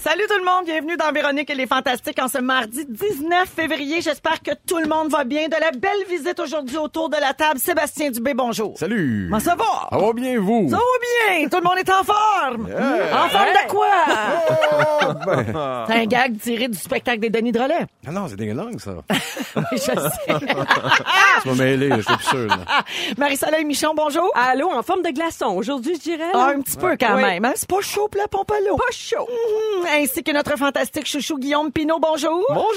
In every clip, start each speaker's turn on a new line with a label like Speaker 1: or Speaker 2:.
Speaker 1: Salut tout le monde, bienvenue dans Véronique et les Fantastiques en ce mardi 19 février. J'espère que tout le monde va bien. De la belle visite aujourd'hui autour de la table. Sébastien Dubé, bonjour.
Speaker 2: Salut!
Speaker 1: Comment ça va?
Speaker 2: Ça va bien, vous?
Speaker 1: Ça va bien, tout le monde est en forme. En forme de quoi? C'est un gag tiré du spectacle des Denis Drolet.
Speaker 2: Ah non, c'est des langues, ça.
Speaker 1: Je sais.
Speaker 2: tu m'as mêlé, je suis plus sûr. là.
Speaker 1: Marie-Soleil Michon, bonjour.
Speaker 3: Allô, en forme de glaçon. Aujourd'hui, je dirais.
Speaker 1: Ah,
Speaker 3: là,
Speaker 1: un petit peu quand
Speaker 3: Oui.
Speaker 1: même. hein? C'est pas chaud, plat, pompalo.
Speaker 3: Pas chaud.
Speaker 1: Mhm. Ainsi que notre fantastique chouchou Guillaume Pinot, bonjour.
Speaker 2: Bonjour!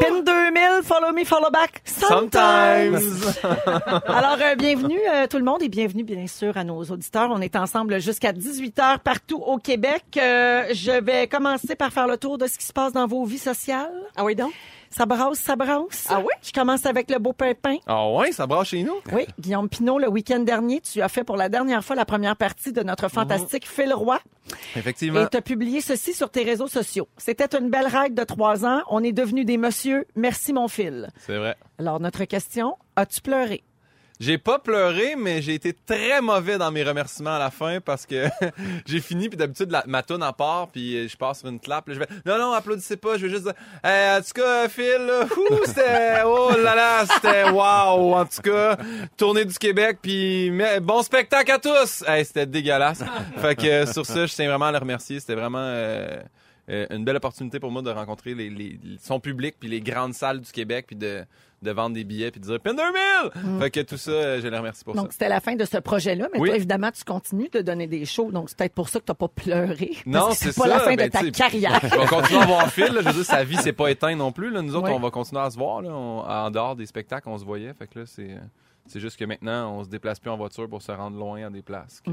Speaker 1: Pin 2000, follow me, follow back. Sometimes. Alors, euh, bienvenue euh, tout le monde et bienvenue, bien sûr, à nos auditeurs. On est ensemble jusqu'à 18h partout au Québec. Euh, je vais commencer par faire le tour de ce qui se passe dans vos vies sociales.
Speaker 3: Ah oui, donc?
Speaker 1: Ça brasse, ça brasse.
Speaker 3: Ah oui?
Speaker 1: Je commence avec le beau pimpin.
Speaker 4: Ah ouais, ça brasse chez nous?
Speaker 1: Oui, Guillaume Pinot, le week-end dernier, tu as fait pour la dernière fois la première partie de notre fantastique Phil Roy.
Speaker 4: Effectivement.
Speaker 1: Et tu as publié ceci sur tes réseaux sociaux. C'était une belle règle de trois ans. On est devenus des messieurs. Merci, mon Phil.
Speaker 4: C'est vrai.
Speaker 1: Alors, notre question, as-tu pleuré?
Speaker 4: J'ai pas pleuré, mais j'ai été très mauvais dans mes remerciements à la fin parce que j'ai fini, puis d'habitude, la- ma toune en part, puis euh, je passe sur une clap. là, je vais, non, non, applaudissez pas, je veux juste dire, Eh, en tout cas, Phil, là, ouh, c'était, oh là là, c'était wow, en tout cas, tournée du Québec, puis mais, bon spectacle à tous! Eh, c'était dégueulasse. Fait que euh, sur ça, je tiens vraiment à le remercier, c'était vraiment... euh, euh, une belle opportunité pour moi de rencontrer les, les- son public puis les grandes salles du Québec puis de, de vendre des billets puis de dire Pin 2000! Fait que tout ça, euh, je les remercie pour
Speaker 1: Donc,
Speaker 4: ça.
Speaker 1: c'était la fin de ce projet-là, mais
Speaker 4: Oui.
Speaker 1: toi, évidemment, tu continues de donner des shows, donc c'est peut-être pour ça que tu pas pleuré.
Speaker 4: Non,
Speaker 1: Parce que
Speaker 4: c'est
Speaker 1: pas la
Speaker 4: ça,
Speaker 1: fin de
Speaker 4: ben,
Speaker 1: ta
Speaker 4: tu sais,
Speaker 1: carrière.
Speaker 4: On continue à avoir Phil, là, je veux dire, sa vie c'est pas éteint non plus. Là. Nous autres,
Speaker 1: Ouais.
Speaker 4: on va continuer à se voir. Là. On- en dehors des spectacles, on se voyait. Fait que là, c'est, euh, c'est juste que maintenant, on se déplace plus en voiture pour se rendre loin à des places. que-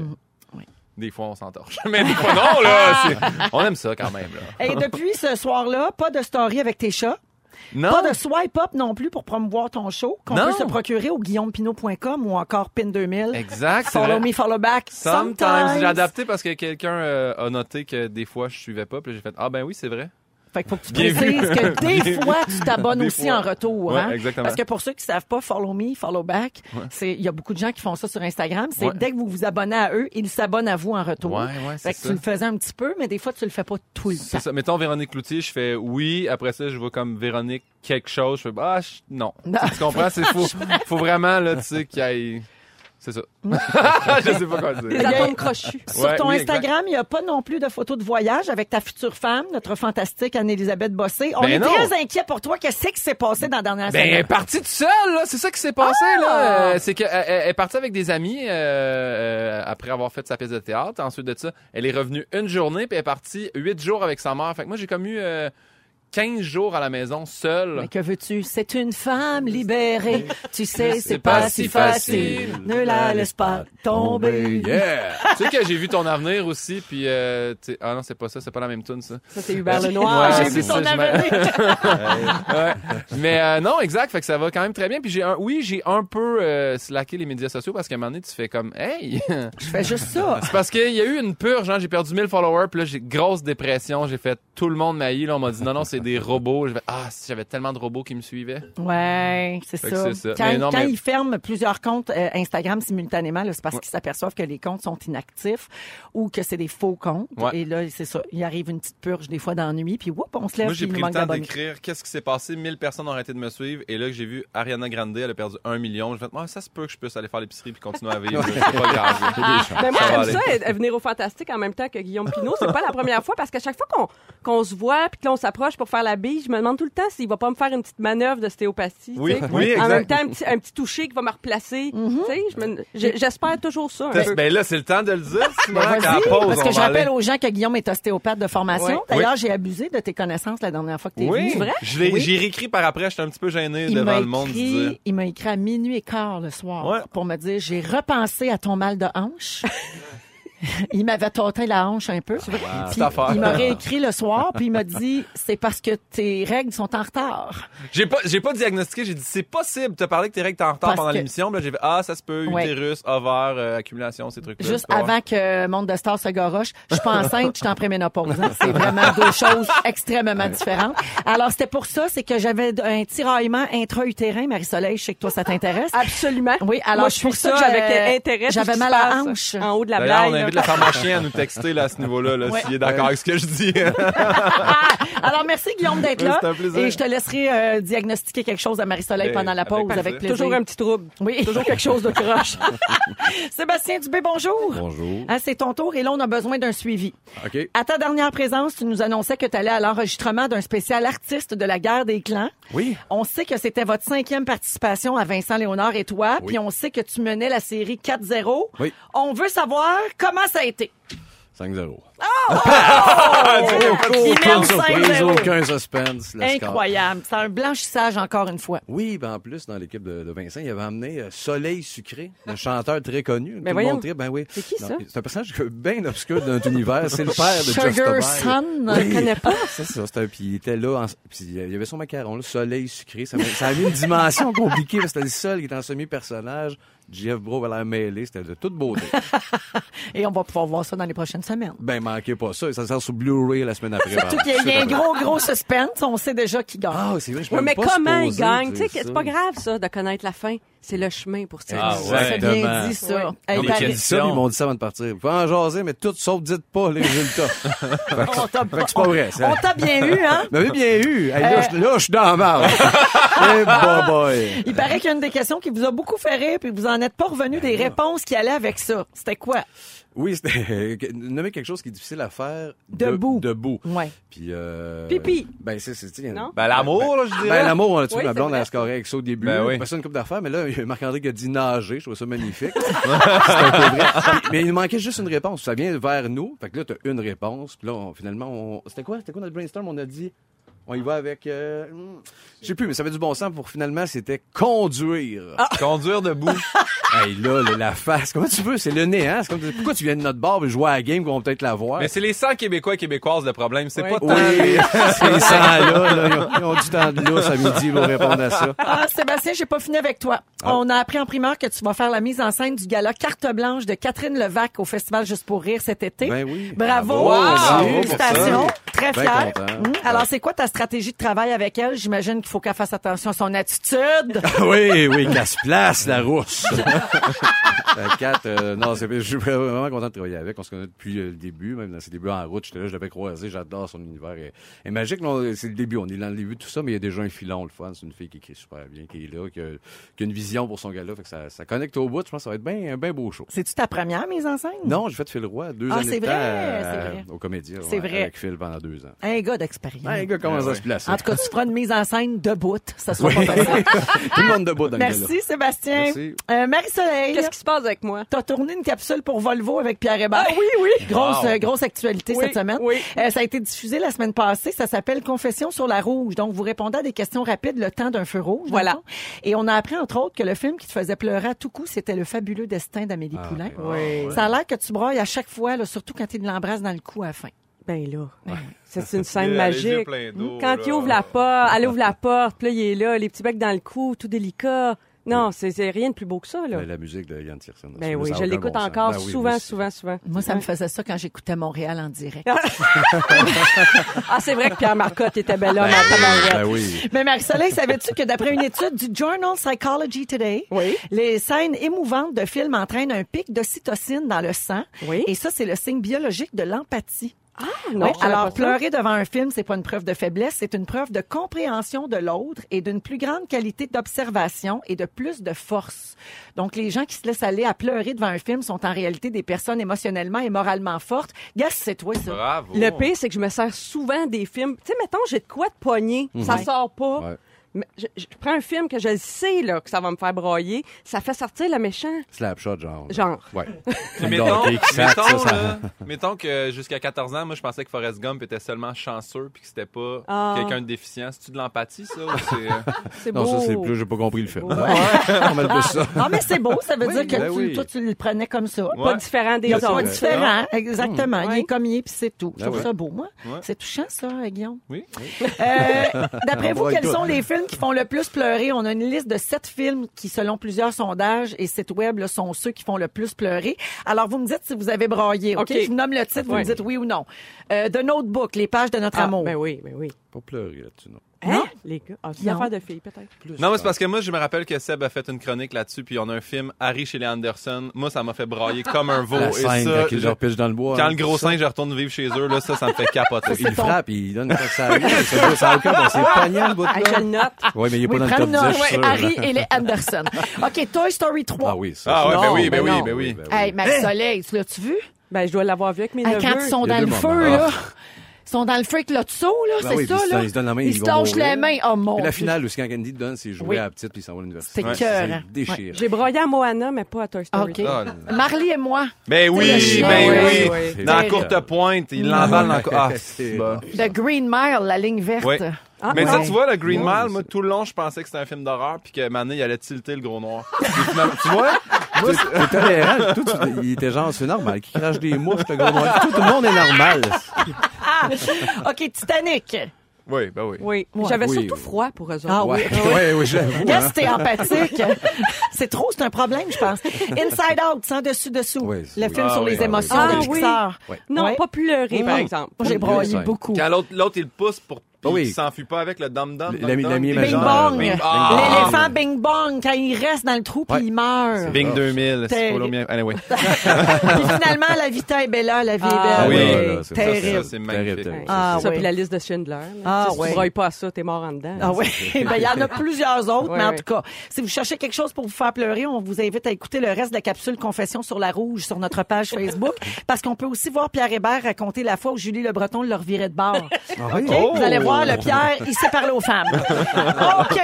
Speaker 1: Oui.
Speaker 4: Des fois, on s'entorche. Mais des fois, non, là! c'est- On aime ça quand même, là.
Speaker 1: Et depuis ce soir-là, pas de story avec tes chats,
Speaker 4: Non!
Speaker 1: pas de swipe up non plus pour promouvoir ton show, qu'on
Speaker 4: Non.
Speaker 1: peut se procurer au guillaumepinot.com ou encore pin2000.
Speaker 4: Exact! c'est
Speaker 1: Follow
Speaker 4: vrai.
Speaker 1: me, follow back.
Speaker 4: Sometimes. J'ai adapté parce que quelqu'un euh, a noté que des fois je suivais pas, puis j'ai fait ah ben oui c'est vrai.
Speaker 1: Fait que faut que tu
Speaker 4: Bien vu.
Speaker 1: précises que des
Speaker 4: Bien
Speaker 1: fois, tu t'abonnes
Speaker 4: Des
Speaker 1: aussi
Speaker 4: fois.
Speaker 1: en retour.
Speaker 4: Ouais,
Speaker 1: hein?
Speaker 4: exactement.
Speaker 1: Parce que pour ceux qui savent pas, follow me, follow back, c'est il y a beaucoup de gens qui font ça sur Instagram. C'est
Speaker 4: Ouais.
Speaker 1: dès que vous vous abonnez à eux, ils s'abonnent à vous en retour.
Speaker 4: Ouais, ouais, c'est
Speaker 1: fait que
Speaker 4: ça.
Speaker 1: tu le faisais un petit peu, mais des fois, tu le fais pas tout le
Speaker 4: C'est
Speaker 1: temps.
Speaker 4: ça. Mettons Véronique Cloutier, je fais oui. Après ça je vois comme Véronique quelque chose, je fais ah je- non.
Speaker 1: Non.
Speaker 4: Tu comprends C'est faut, faut vraiment là tu sais qu'il y ait c'est ça. je sais pas quoi
Speaker 3: Les
Speaker 4: dire.
Speaker 1: a-
Speaker 3: atomes crochus.
Speaker 1: Sur
Speaker 4: Ouais,
Speaker 1: ton
Speaker 4: oui, exact.
Speaker 1: Instagram, il n'y a pas non plus de photos de voyage avec ta future femme, notre fantastique Anne-Elisabeth Bossé. On
Speaker 4: Ben
Speaker 1: est
Speaker 4: non.
Speaker 1: très inquiets pour toi. Qu'est-ce qui s'est passé dans la dernière
Speaker 4: Ben, elle est
Speaker 1: semaine?
Speaker 4: partie toute seule, là. C'est ça qui s'est passé,
Speaker 1: Ah!
Speaker 4: là. Euh, c'est qu'elle est partie avec des amis euh, euh, après avoir fait sa pièce de théâtre. Ensuite de ça, elle est revenue une journée, puis elle est partie huit jours avec sa mère. Fait que moi, j'ai comme eu euh, 15 jours à la maison
Speaker 1: Mais
Speaker 4: seule.
Speaker 1: que veux-tu? C'est une femme libérée. Tu sais, c'est
Speaker 4: C'est
Speaker 1: pas,
Speaker 4: pas
Speaker 1: si
Speaker 4: si
Speaker 1: facile.
Speaker 4: facile.
Speaker 1: Ne la laisse pas
Speaker 2: Oh,
Speaker 1: tomber.
Speaker 2: ben,
Speaker 4: Yeah! tu sais que j'ai vu ton avenir aussi, puis... euh, tu sais- ah non, c'est pas ça, c'est pas la même tune ça.
Speaker 3: Ça, c'est Hubert Lenoir.
Speaker 4: Ouais,
Speaker 1: J'ai vu
Speaker 4: c'est
Speaker 1: ton
Speaker 4: ça, je m'a-
Speaker 1: avenir.
Speaker 4: Ouais. Mais euh, non, exact. Fait que ça va quand même très bien. Puis j'ai un, oui, j'ai un peu euh, slacké les médias sociaux parce qu'à un moment donné, tu fais comme, hey,
Speaker 1: Je fais juste ça.
Speaker 4: C'est parce qu'il y a eu une purge, hein. j'ai perdu 1000 followers, puis là j'ai grosse dépression, j'ai fait tout le monde maillit, là on m'a dit non non c'est des robots, j'ai fait, ah si j'avais tellement de robots qui me suivaient.
Speaker 1: Ouais, c'est
Speaker 4: Fait que
Speaker 1: ça.
Speaker 4: c'est ça.
Speaker 1: Quand,
Speaker 4: Mais non,
Speaker 1: quand
Speaker 4: mais-
Speaker 1: ils ferment plusieurs comptes euh, Instagram simultanément, là, c'est parce qu'ils s'aperçoivent que les comptes sont inactifs ou que c'est des faux comptes.
Speaker 4: Ouais.
Speaker 1: Et là, c'est ça. Il arrive une petite purge des fois d'ennui, puis whoop, on se lève,
Speaker 4: Moi
Speaker 1: puis
Speaker 4: j'ai
Speaker 1: il nous
Speaker 4: pris le
Speaker 1: manque
Speaker 4: temps
Speaker 1: d'abonnés.
Speaker 4: d'écrire qu'est-ce qui s'est passé, 1000 personnes ont arrêté de me suivre et là que j'ai vu Ariana Grande, elle a perdu 1 million, j'ai fait moi ça se peut que je puisse aller faire l'épicerie puis continuer à vivre, c'est pas grave. là.
Speaker 3: Ben moi,
Speaker 4: Ça va
Speaker 3: j'aime ça,
Speaker 4: aller.
Speaker 3: euh, venir au Fantastique en même temps que Guillaume Pinot. C'est pas la première fois parce qu'à chaque fois qu'on qu'on se voit puis que là, on s'approche pour faire la bille, je me demande tout le temps s'il va pas me faire une petite manœuvre de stéopathie. tu
Speaker 4: Oui,
Speaker 1: Ah,
Speaker 3: sais.
Speaker 4: oui,
Speaker 3: En
Speaker 4: exact.
Speaker 3: même temps, un petit, un petit toucher qui va me replacer. Tu sais, je me- je- J'espère toujours ça. un peu.
Speaker 4: Ben là c'est le temps de le dire, sinon
Speaker 1: Ben,
Speaker 4: qu'à la
Speaker 1: vas-y,
Speaker 4: pause,
Speaker 1: parce
Speaker 4: on
Speaker 1: que
Speaker 4: va
Speaker 1: je rappelle
Speaker 4: aller.
Speaker 1: aux gens que Guillaume est ostéopathe de formation.
Speaker 3: Ouais.
Speaker 1: D'ailleurs, j'ai abusé de tes connaissances la dernière fois que t'es
Speaker 4: Oui,
Speaker 1: venu.
Speaker 4: je l'ai-
Speaker 1: Oui.
Speaker 4: j'ai réécrit par après, j'étais un petit peu gêné
Speaker 1: Il m'a
Speaker 4: devant le monde. de dire.
Speaker 1: écrit, il m'a écrit à minuit et quart le soir
Speaker 4: Ouais.
Speaker 1: pour me dire j'ai repensé à ton mal de hanche. il m'avait tâté la hanche un peu. Puis
Speaker 4: Cette affaire.
Speaker 1: il m'a réécrit le soir, puis il m'a dit c'est parce que tes règles sont en retard.
Speaker 4: J'ai pas, j'ai pas diagnostiqué, j'ai dit c'est possible. T'as parlé que tes règles t'es en retard
Speaker 1: Parce
Speaker 4: pendant
Speaker 1: que-
Speaker 4: l'émission, puis là j'ai fait ah ça se peut,
Speaker 1: Ouais.
Speaker 4: utérus, ovaire, euh, accumulation, ces trucs-là.
Speaker 1: Juste
Speaker 4: tu peux
Speaker 1: avant que Monde de Star se goroche, je suis pas enceinte, je suis en préménopause. hein. C'est vraiment deux choses extrêmement différentes. Alors c'était pour ça, c'est que j'avais un tiraillement intra-utérin, Marie-Soleil, je sais que toi ça t'intéresse.
Speaker 3: Absolument.
Speaker 1: Oui, alors
Speaker 3: Moi,
Speaker 1: je
Speaker 3: je suis
Speaker 1: trouve ça
Speaker 3: ça
Speaker 1: que
Speaker 3: avec
Speaker 1: j'avais-
Speaker 3: euh, intérêt.
Speaker 1: j'avais
Speaker 3: tout ce qui
Speaker 1: mal à
Speaker 3: se
Speaker 1: la
Speaker 3: passe
Speaker 1: hanche.
Speaker 3: En haut de la
Speaker 4: D'ailleurs, on
Speaker 3: blague.
Speaker 4: invite la pharmacienne à nous texter là, à ce niveau-là, là,
Speaker 1: Ouais.
Speaker 4: s'il est d'accord avec ce que je dis. Ben,
Speaker 1: Alors, merci Guillaume d'être
Speaker 4: Oui,
Speaker 1: là.
Speaker 4: c'était un plaisir.
Speaker 1: Et je te laisserai euh, diagnostiquer quelque chose à Marie-Soleil
Speaker 4: Ben,
Speaker 1: pendant la
Speaker 4: avec
Speaker 1: pause avec,
Speaker 4: plaisir.
Speaker 1: plaisir.
Speaker 3: Toujours un petit trouble.
Speaker 1: Oui.
Speaker 3: Toujours quelque chose de croche.
Speaker 1: Sébastien Dubé, bonjour.
Speaker 2: Bonjour.
Speaker 1: Ah, c'est ton tour et là, on a besoin d'un suivi.
Speaker 2: OK.
Speaker 1: À ta dernière présence, tu nous annonçais que tu allais à l'enregistrement d'un spécial artiste de la guerre des clans.
Speaker 2: Oui.
Speaker 1: On sait que c'était votre cinquième participation à Vincent Léonard et toi,
Speaker 2: Oui.
Speaker 1: puis on sait que tu menais la série 4-0.
Speaker 2: Oui.
Speaker 1: On veut savoir comment ça a été.
Speaker 2: 5-0.
Speaker 1: Guilherme
Speaker 2: Aucune surprise,
Speaker 1: 5-0.
Speaker 2: aucun suspense. le score.
Speaker 1: Incroyable. C'est un blanchissage encore une fois.
Speaker 2: Oui, ben en plus, dans l'équipe de, de Vincent, il avait amené euh, Soleil Sucré, un chanteur très connu.
Speaker 3: Ben
Speaker 2: Tout le monde
Speaker 3: voyons.
Speaker 2: tripe, ben oui.
Speaker 3: C'est qui,
Speaker 2: Non,
Speaker 3: ça?
Speaker 2: C'est un personnage bien obscur de notre univers. C'est le père de Just
Speaker 1: Sugar
Speaker 2: Abide.
Speaker 1: Sun,
Speaker 2: Oui.
Speaker 1: je connais pas.
Speaker 2: C'est ça, c'était, puis il était là, en- puis il y avait son macaron, le soleil sucré, ça, m'a- ça a mis une dimension compliquée, parce que c'était le seul qui était en semi-personnage, Jeff Bro va l'air mêlé, c'était de toute beauté.
Speaker 1: Et on va pouvoir voir ça dans les prochaines semaines.
Speaker 2: Ben, manquez pas ça, ça sort sur Blu-ray la semaine après.
Speaker 1: Surtout qu'il y a- il y a un gros, gros suspense. On sait déjà qui gagne.
Speaker 2: Ah, c'est vrai, je peux
Speaker 3: Oui, mais
Speaker 2: pas
Speaker 3: comment il
Speaker 2: supposer,
Speaker 3: gagne? Tu
Speaker 2: dire
Speaker 3: sais, que c'est
Speaker 2: ça.
Speaker 3: pas grave, ça, de connaître la fin. C'est le chemin pour tirer.
Speaker 4: Ah, ouais.
Speaker 1: C'est bien
Speaker 2: Exactement.
Speaker 1: dit, ça.
Speaker 3: Oui.
Speaker 1: Hey,
Speaker 4: Donc,
Speaker 1: Paris-
Speaker 4: quel-
Speaker 2: Ils savent, ils m'ont dit ça avant de partir. Vous pouvez en jaser, mais tout sauf dites pas les résultats.
Speaker 1: on t'a-
Speaker 2: Fait que c'est pas vrai,
Speaker 1: on-
Speaker 2: ça.
Speaker 1: on t'a bien eu, hein?
Speaker 2: Vous m'avez bien eu. Hey, là, je- là, je suis dans la marge.
Speaker 3: Euh.
Speaker 2: Eh, bah, boy.
Speaker 1: Il paraît qu'il y a une des questions qui vous a beaucoup fait rire, puis vous en êtes pas revenu
Speaker 2: Ben
Speaker 1: des réponses qui allaient avec ça. C'était quoi?
Speaker 2: Oui, c'était... euh, Nommer quelque chose qui est difficile à faire... de-
Speaker 1: Debout.
Speaker 2: Debout.
Speaker 1: Ouais.
Speaker 2: Puis euh,
Speaker 3: Pipi.
Speaker 2: Ben c'est c'est tu sais,
Speaker 3: Non?
Speaker 4: ben l'amour, là, je
Speaker 2: Ben,
Speaker 4: dirais.
Speaker 2: ben, l'amour, on a tué
Speaker 3: Oui,
Speaker 2: ma
Speaker 3: c'est
Speaker 2: blonde à
Speaker 3: vrai.
Speaker 2: la score avec ça au début.
Speaker 4: Ben
Speaker 2: Ben,
Speaker 4: oui.
Speaker 2: oui. une coupe d'affaires, mais là, il y a Marc-André qui a dit nager. Je trouve ça magnifique. C'était un peu vrai. Puis- mais il nous manquait juste une réponse. Ça vient vers nous. Fait que là, t'as une réponse. Puis là, on- finalement, on... c'était quoi? C'était quoi notre brainstorm? On a dit, on y va avec, euh, hmm, je sais plus, mais ça avait du bon sens pour finalement, c'était conduire.
Speaker 3: Ah!
Speaker 4: Conduire debout.
Speaker 2: Hey, là, le- la face. Comment tu veux? C'est le nez, hein? C'est comme, pourquoi tu viens de notre bar et jouer à la game qu'on va peut-être la voir?
Speaker 4: Mais c'est les 100 Québécois et Québécoises le problème. C'est
Speaker 3: Oui.
Speaker 4: pas tant.
Speaker 2: Oui, c'est ça, là. là. Ils, ont, ils ont du temps de lousse à midi pour répondre à ça.
Speaker 1: Ah, Sébastien, j'ai pas fini avec toi.
Speaker 2: Ah.
Speaker 1: On a appris en primeur que tu vas faire la mise en scène du gala Carte Blanche de Catherine Levac au Festival Juste pour Rire cet été.
Speaker 2: Ben oui.
Speaker 1: Bravo.
Speaker 4: Bravo, bravo pour
Speaker 1: Félicitations.
Speaker 2: ça.
Speaker 1: Très
Speaker 2: Ben
Speaker 1: fière.
Speaker 2: content.
Speaker 1: Hum, Alors, c'est quoi ta stratégie de travail avec elle? J'imagine qu'il faut qu'elle fasse attention à son attitude.
Speaker 2: Oui, oui, qu'elle se place, la rousse. Euh, Kat, euh, non, c'est, je suis vraiment content de travailler avec. On se connaît depuis euh, le début, même dans ses débuts en route. J'étais là, je l'avais croisé, j'adore son univers. Elle elle est magique, non, c'est le début. On est dans le début de tout ça, mais il y a déjà un filon, le fun. C'est une fille qui écrit super bien, qui est là, qui a, qui a une vision pour son gars-là. Fait que ça, ça connecte au bout. Je pense que ça va être bien, un bien beau show.
Speaker 1: C'est-tu ta première mise en scène?
Speaker 2: Non, j'ai fait Phil Roy deux
Speaker 1: Ah,
Speaker 2: années
Speaker 1: c'est
Speaker 2: de
Speaker 1: vrai,
Speaker 2: temps, euh,
Speaker 1: c'est vrai.
Speaker 2: au comédien.
Speaker 1: C'est
Speaker 2: ouais,
Speaker 1: vrai.
Speaker 2: Avec Phil pendant deux ans.
Speaker 1: Un gars d'expérience.
Speaker 2: Ben, les gars, comment
Speaker 4: Ah,
Speaker 2: ça se place?
Speaker 1: En tout cas, tu feras une mise en scène debout. Ça sera
Speaker 2: Oui.
Speaker 1: pas facile.
Speaker 2: Tout le monde debout dans le
Speaker 1: Merci, Sébastien.
Speaker 2: Merci.
Speaker 1: Euh, Marie-Soleil,
Speaker 3: Qu'est-ce qui se passe avec moi?
Speaker 1: t'as tourné une capsule pour Volvo avec Pierre Hébert.
Speaker 3: Ah oui, oui.
Speaker 1: Grosse,
Speaker 4: Wow.
Speaker 1: euh, grosse actualité
Speaker 3: Oui,
Speaker 1: cette semaine.
Speaker 3: oui.
Speaker 1: Euh, ça a été diffusé la semaine passée. Ça s'appelle Confession sur la rouge. Donc, vous répondez à des questions rapides le temps d'un feu rouge. dans
Speaker 3: Voilà.
Speaker 1: le fond. Et on a appris, entre autres, que le film qui te faisait pleurer à tout coup, c'était Le fabuleux destin d'Amélie
Speaker 2: Ah,
Speaker 1: Poulain.
Speaker 2: ok. Oui.
Speaker 1: Ça a l'air que tu broyes à chaque fois, là, surtout quand tu l'embrasses dans le cou à la fin.
Speaker 3: Ben là, c'est une
Speaker 4: Il a
Speaker 3: scène
Speaker 4: les yeux
Speaker 3: magique.
Speaker 4: pleins d'eau,
Speaker 3: Quand
Speaker 4: là.
Speaker 3: il ouvre la porte, elle ouvre la porte, puis là, il est là, les petits becs dans le cou, tout délicat. Non, c'est c'est rien de plus beau que ça, là.
Speaker 2: Ben, la musique de Yann Tiersen.
Speaker 3: Ben oui, je l'écoute encore
Speaker 2: Ben
Speaker 3: souvent, souvent, souvent,
Speaker 1: Moi, ça me faisait ça quand j'écoutais Montréal en direct.
Speaker 3: Ah, c'est vrai que Pierre Marcotte était bel homme
Speaker 2: Ben,
Speaker 3: à tabarouette.
Speaker 2: ben oui.
Speaker 1: Mais Marie-Soleil, savais-tu que d'après une étude du Journal Psychology Today,
Speaker 3: Oui.
Speaker 1: les scènes émouvantes de films entraînent un pic d'ocytocine dans le sang.
Speaker 3: Oui.
Speaker 1: Et ça, c'est le signe biologique de l'empathie.
Speaker 3: Ah, Non,
Speaker 1: Oui,
Speaker 3: je savais
Speaker 1: alors
Speaker 3: pas ça.
Speaker 1: pleurer devant un film, c'est pas une preuve de faiblesse, c'est une preuve de compréhension de l'autre et d'une plus grande qualité d'observation et de plus de force. Donc les gens qui se laissent aller à pleurer devant un film sont en réalité des personnes émotionnellement et moralement fortes. Gas, c'est toi ça.
Speaker 4: Bravo.
Speaker 3: Le pire, c'est que je me sers souvent des films. Tu sais, mettons, j'ai de quoi de pogner. Ça sort pas.
Speaker 2: Ouais.
Speaker 3: mais je, je prends un film que je le sais là, que ça va me faire broyer. Ça fait sortir le méchant.
Speaker 2: Slapshot, genre.
Speaker 3: Genre.
Speaker 2: Ouais.
Speaker 4: Mais
Speaker 2: Donc,
Speaker 4: mettons,
Speaker 2: il sac, ça,
Speaker 4: mettons,
Speaker 2: ça-
Speaker 4: là, mettons que jusqu'à 14 ans, moi, je pensais que Forrest Gump était seulement chanceux puis que c'était pas
Speaker 3: Ah.
Speaker 4: quelqu'un de déficient. C'est-tu de l'empathie, ça? ou c'est, euh,
Speaker 3: C'est beau.
Speaker 2: Non, ça, c'est plus, j'ai pas compris le film.
Speaker 3: beau.
Speaker 2: Ouais. On met pas ça.
Speaker 1: Non, mais c'est beau, ça veut
Speaker 2: Oui,
Speaker 1: dire que
Speaker 2: ben
Speaker 1: tu,
Speaker 2: oui.
Speaker 1: toi, tu le prenais comme ça.
Speaker 4: Ouais.
Speaker 3: Pas différent
Speaker 1: Il
Speaker 3: des
Speaker 1: y a
Speaker 2: c'est
Speaker 1: pas
Speaker 3: autres.
Speaker 2: vrai.
Speaker 1: différent, exactement. Il
Speaker 3: Ouais.
Speaker 1: est comme il est, puis c'est tout. Je
Speaker 2: Ah
Speaker 1: trouve
Speaker 2: ouais.
Speaker 1: ça beau, moi.
Speaker 4: Ouais.
Speaker 1: C'est touchant, ça, euh, Guillaume.
Speaker 4: Oui.
Speaker 1: Euh, D'après vous,
Speaker 2: Bravo,
Speaker 1: quels
Speaker 2: Ah, toi.
Speaker 1: sont les films qui font le plus pleurer? On a une liste de sept films qui, selon plusieurs sondages et sites web, là, sont ceux qui font le plus pleurer. Alors, vous me dites si vous avez braillé, OK?
Speaker 3: OK.
Speaker 1: Je vous nomme le titre, vous
Speaker 3: Ouais.
Speaker 1: me dites oui ou non. Euh, The Notebook, Les pages de notre
Speaker 3: Ah,
Speaker 1: amour.
Speaker 3: ben oui, ben oui.
Speaker 2: Pas pleurer là-dessus,
Speaker 4: Oh,
Speaker 2: non.
Speaker 3: Hein? Les gars. Ah, c'est une
Speaker 1: Non.
Speaker 3: affaire de filles, peut-être.
Speaker 4: Non, mais c'est parce que moi, je me rappelle que Seb a fait une chronique là-dessus, puis on a un film Harry chez les Anderson. Moi, ça m'a fait brailler comme un veau.
Speaker 2: La
Speaker 4: et
Speaker 2: scène,
Speaker 4: ça,
Speaker 2: quand il
Speaker 4: je-
Speaker 2: leur pitche dans le bois.
Speaker 4: quand
Speaker 2: hein.
Speaker 4: le gros singe retourne vivre chez eux, là, ça, ça me fait capoter.
Speaker 2: Il frappe, il donne une ça à lui, ça ça a aucun, bon, c'est poignant, le bout
Speaker 3: Hey, je le
Speaker 2: de
Speaker 3: note.
Speaker 2: Oui, mais il est pas
Speaker 1: Oui,
Speaker 2: dans le
Speaker 1: prends
Speaker 2: top
Speaker 1: une note,
Speaker 2: 10, je
Speaker 1: ouais,
Speaker 2: suis sûr.
Speaker 1: Harry et les Anderson. OK, Toy Story 3.
Speaker 2: Ah oui, ça.
Speaker 4: Ah ouais,
Speaker 2: ça.
Speaker 4: ben oui, ben
Speaker 2: Non,
Speaker 4: oui, ben oui.
Speaker 1: Hey, Max Soleil, tu l'as-tu vu?
Speaker 3: Ben, je dois l'avoir vu avec mes
Speaker 1: Hey,
Speaker 3: neveux.
Speaker 1: Ah, quand ils sont
Speaker 2: Il y a
Speaker 1: dans
Speaker 2: deux
Speaker 1: le
Speaker 2: moments.
Speaker 1: feu,
Speaker 2: Ah.
Speaker 1: là. Ils sont dans le feu avec l'autre saut, là,
Speaker 2: Ben
Speaker 1: c'est
Speaker 2: oui,
Speaker 1: ça,
Speaker 2: puis ils se-
Speaker 1: là.
Speaker 2: ils se donnent la main,
Speaker 1: Ils
Speaker 2: ils
Speaker 1: se
Speaker 2: vont
Speaker 1: lâchent
Speaker 2: mourir.
Speaker 1: la main. Oh mon
Speaker 2: Puis la
Speaker 1: Dieu.
Speaker 2: finale aussi, quand Candy donne ses jouets
Speaker 1: Oui.
Speaker 2: à la petite, puis il s'en va à l'université.
Speaker 1: C'est
Speaker 2: Ouais.
Speaker 1: écœurant.
Speaker 2: C'est déchirant.
Speaker 3: J'ai broyé à Moana, mais pas à Toy Story.
Speaker 1: OK.
Speaker 4: Ah, là.
Speaker 1: Marley et moi,
Speaker 4: Ben
Speaker 1: le
Speaker 4: oui,
Speaker 1: chien,
Speaker 4: ben
Speaker 3: oui,
Speaker 4: oui.
Speaker 3: oui.
Speaker 2: C'est
Speaker 4: Dans la
Speaker 2: vrai.
Speaker 4: courte pointe, il l'emballe dans la cour- Ah, c'est
Speaker 2: C'est
Speaker 4: bon.
Speaker 1: The Green Mile, la ligne verte.
Speaker 4: Oui.
Speaker 3: Ah,
Speaker 4: Mais
Speaker 3: ouais.
Speaker 4: ça, tu vois, le Green
Speaker 2: Ouais,
Speaker 4: Mile,
Speaker 2: c'est-
Speaker 4: moi, tout le long, je pensais que c'était un film d'horreur, puis que maintenant, il allait tilter le gros noir. Et finalement, tu vois? Moi, c'est-
Speaker 2: T'es tolérant. Tout, tu- il était genre, c'est normal. Qui crache des mouches, le gros noir. Tout le monde est normal.
Speaker 1: Ah! OK, Titanic.
Speaker 4: Oui, ben oui.
Speaker 3: Oui.
Speaker 1: Ouais.
Speaker 3: J'avais
Speaker 2: Oui.
Speaker 3: surtout froid pour eux autres.
Speaker 1: Ah
Speaker 2: Ouais, ouais, ouais, j'avoue.
Speaker 1: Yes,
Speaker 2: hein.
Speaker 1: t'es empathique. c'est trop, c'est un problème, je pense. Inside Out, sans dessus-dessous.
Speaker 2: Oui,
Speaker 1: le
Speaker 2: oui.
Speaker 1: film
Speaker 4: Ah
Speaker 1: sur
Speaker 4: oui,
Speaker 1: les
Speaker 4: ah
Speaker 1: émotions
Speaker 3: oui.
Speaker 1: de
Speaker 3: Ah oui.
Speaker 1: Pixar.
Speaker 2: Ouais.
Speaker 3: Non,
Speaker 1: Ouais.
Speaker 3: pas pleurer, par
Speaker 1: Non.
Speaker 3: exemple.
Speaker 1: Moi, j'ai broyé
Speaker 2: scène.
Speaker 1: beaucoup.
Speaker 4: Quand l'autre, l'autre, il pousse pour.
Speaker 2: Ah oui.
Speaker 4: Il s'enfuit pas avec le dum-dum.
Speaker 2: L- l'ami-
Speaker 4: dum-dum,
Speaker 2: l'ami
Speaker 4: puis
Speaker 1: Bing
Speaker 2: imaginaire.
Speaker 4: genre-
Speaker 1: Bong.
Speaker 4: Bing- Ah!
Speaker 1: L'éléphant Bing Bong, quand il reste dans le trou, puis
Speaker 2: Ouais.
Speaker 1: il meurt.
Speaker 4: Bing 2000,
Speaker 1: Terrible.
Speaker 4: c'est follow me. Anyway.
Speaker 1: Puis finalement, la vita est bella, la vie
Speaker 3: Ah
Speaker 1: est
Speaker 4: oui.
Speaker 1: belle.
Speaker 2: Voilà, c'est-
Speaker 1: Terrible.
Speaker 4: Ça, c'est magnifique.
Speaker 2: Terrible, terrible.
Speaker 1: Ah,
Speaker 3: ça,
Speaker 1: ouais.
Speaker 3: puis la liste de Schindler.
Speaker 1: Ah,
Speaker 3: Ah, si
Speaker 1: ouais.
Speaker 3: tu broyes pas à ça, t'es mort en dedans.
Speaker 1: Ah oui, ben, il y en a plusieurs autres,
Speaker 3: Hein, Ouais,
Speaker 1: mais en
Speaker 3: ouais.
Speaker 1: tout cas, si vous cherchez quelque chose pour vous faire pleurer, on vous invite à écouter le reste de la capsule Confession sur la rouge sur notre page Facebook, parce qu'on peut aussi voir Pierre Hébert raconter la fois où Julie Le Breton le revirait de bord.
Speaker 2: Ah oui.
Speaker 1: OK? Vous
Speaker 3: Oh!
Speaker 1: allez voir, le Pierre, il sait parler aux femmes. OK!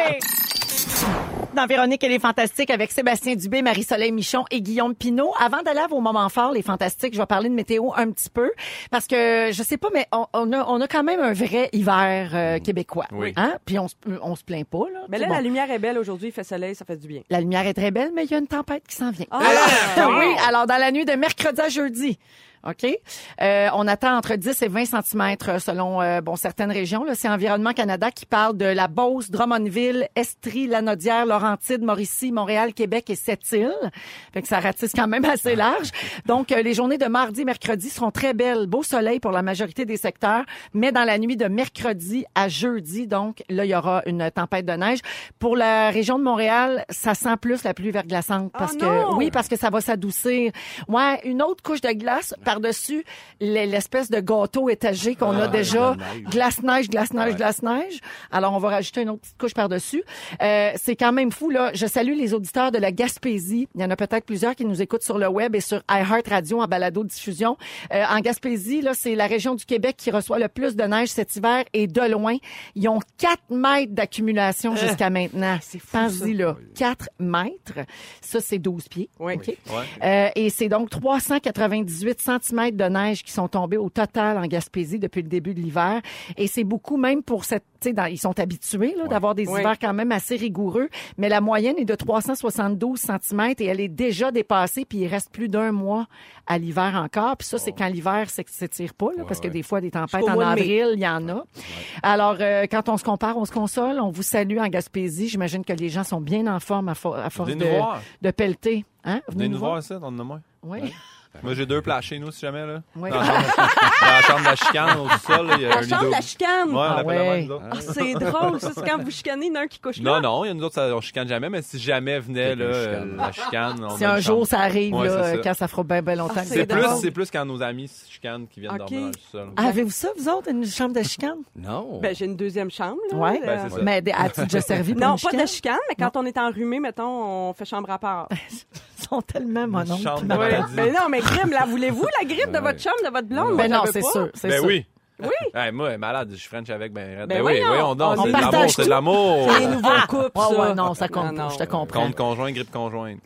Speaker 1: Dans Véronique et les Fantastiques avec Sébastien Dubé, Marie-Soleil Michon et Guillaume Pinault. Avant d'aller à vos moments forts, les Fantastiques, je vais parler de météo un petit peu parce que je sais pas, mais on, on a, on a quand même un vrai hiver euh, québécois.
Speaker 4: Oui.
Speaker 1: Hein? Puis on, se- on se plaint pas. Là,
Speaker 3: Mais
Speaker 1: C'est
Speaker 3: là,
Speaker 1: bon.
Speaker 3: la lumière est belle aujourd'hui, il fait soleil, ça fait du bien.
Speaker 1: La lumière est très belle, mais il y a une tempête qui s'en vient.
Speaker 3: Ah!
Speaker 1: oui, alors dans la nuit de mercredi à jeudi. OK? Euh, on attend entre 10 et 20 cm selon euh, bon, certaines régions. là. C'est Environnement Canada qui parle de la Beauce, Drummondville, Estrie, Lanaudière, Laurentide, Mauricie, Montréal, Québec et Sept-Îles. Fait que ça ratisse quand même assez large. Donc, euh, les journées de mardi, mercredi seront très belles. Beau soleil pour la majorité des secteurs. Mais dans la nuit de mercredi à jeudi, donc, là, il y aura une tempête de neige. Pour la région de Montréal, ça sent plus la pluie verglaçante parce
Speaker 3: Oh
Speaker 1: que,
Speaker 3: non!
Speaker 1: oui, parce que ça va s'adoucir. Ouais, une autre couche de glace par-dessus l- l'espèce de gâteau étagé qu'on a déjà. Glace-neige, glace-neige, glace-neige. Alors, on va rajouter une autre petite couche par-dessus. Euh, c'est quand même fou, là. Je salue les auditeurs de la Gaspésie. Il y en a peut-être plusieurs qui nous écoutent sur le web et sur iHeart Radio en balado-diffusion. Euh, en Gaspésie, là, c'est la région du Québec qui reçoit le plus de neige cet hiver et de loin. Ils ont 4 mètres d'accumulation jusqu'à maintenant. C'est Pense-y, là. 4 mètres. Ça, c'est 12 pieds.
Speaker 3: Oui.
Speaker 1: OK?
Speaker 4: Ouais.
Speaker 1: Euh, et c'est donc 398 cm de neige qui sont tombés au total en Gaspésie depuis le début de l'hiver. Et c'est beaucoup même pour cette... tu sais, Dans, ils sont habitués là, d'avoir des
Speaker 3: Ouais.
Speaker 1: hivers quand même assez rigoureux, mais la moyenne est de 372 cm et elle est déjà dépassée, puis il reste plus d'un mois à l'hiver encore. Puis ça, c'est quand l'hiver s'é- s'étire pas, là, parce que des fois, des tempêtes
Speaker 3: Jusqu'au
Speaker 1: en
Speaker 3: mois de mai.
Speaker 1: avril, il y en a. Alors, euh, quand on se compare, on se console, on vous salue en Gaspésie. J'imagine que les gens sont bien en forme à, fo- à force
Speaker 4: Venez
Speaker 1: de,
Speaker 4: nous voir.
Speaker 1: de pelleter. Hein?
Speaker 4: Venez nous voir ici, on en a moins.
Speaker 1: Oui.
Speaker 4: Moi, j'ai deux plats chez nous, si jamais, là.
Speaker 1: Oui.
Speaker 4: Dans, la chambre, dans la chambre de la chicane, au sol, là, il y a un
Speaker 3: La
Speaker 4: rideau.
Speaker 3: chambre, la chicane!
Speaker 4: Ouais, on
Speaker 1: Ah
Speaker 4: l'appelle la
Speaker 1: ouais.
Speaker 4: même, nous autres.
Speaker 3: Ah, c'est drôle, ça, c'est quand vous chicanez, il y en a un qui couche là.
Speaker 4: Non, non, il y a nous autres, ça, on chicane jamais, mais si jamais venait, là,
Speaker 2: Quelqu'un
Speaker 4: euh, la chicane, on
Speaker 1: Si
Speaker 4: a une
Speaker 1: un jour
Speaker 4: chambre.
Speaker 1: ça arrive,
Speaker 4: Ouais,
Speaker 1: là,
Speaker 4: c'est ça.
Speaker 1: quand ça fera bien, bien longtemps.
Speaker 3: Ah,
Speaker 1: que
Speaker 3: c'est
Speaker 4: C'est
Speaker 1: vous êtes
Speaker 4: plus,
Speaker 3: drôle.
Speaker 1: dehors.
Speaker 4: c'est plus quand nos amis se chicanent qui viennent
Speaker 3: Ok.
Speaker 4: dormir dans le sol.
Speaker 1: Ah, Avez-vous ça, vous autres, une chambre de chicane?
Speaker 2: Non.
Speaker 3: Ben, j'ai une deuxième chambre, là.
Speaker 1: Ouais.
Speaker 3: Euh,
Speaker 4: Ben, c'est ça.
Speaker 1: Mais des- as-tu déjà servi pour
Speaker 3: non,
Speaker 1: une
Speaker 3: pas
Speaker 1: chicane?
Speaker 3: de chicane, mais quand on est enrhumé, mettons, on fait chambre à part.
Speaker 1: Ils sont tellement mon
Speaker 4: chambre
Speaker 3: Ouais.
Speaker 4: Paradis.
Speaker 3: Ben non, mais crime, la voulez-vous, la grippe de
Speaker 2: Ouais.
Speaker 3: votre chambre, de votre blonde? Moi,
Speaker 1: Ben non,
Speaker 3: j'avais
Speaker 1: c'est
Speaker 3: pas.
Speaker 1: sûr, c'est
Speaker 4: Ben
Speaker 1: sûr.
Speaker 4: oui.
Speaker 3: Oui.
Speaker 4: Hey, moi, elle est malade, je suis French avec ben,
Speaker 3: Ben
Speaker 4: raide. Ben oui,
Speaker 3: voyons.
Speaker 4: voyons donc,
Speaker 3: On
Speaker 4: c'est de
Speaker 1: partage
Speaker 4: l'amour, c'est de
Speaker 1: tout.
Speaker 4: l'amour.
Speaker 1: Les nouveaux couples,
Speaker 3: Ah
Speaker 1: ça.
Speaker 3: ouais,
Speaker 1: non, ça compte
Speaker 3: Non,
Speaker 1: pas, je te
Speaker 3: non.
Speaker 1: comprends.
Speaker 4: Compte conjoint, grippe conjointe.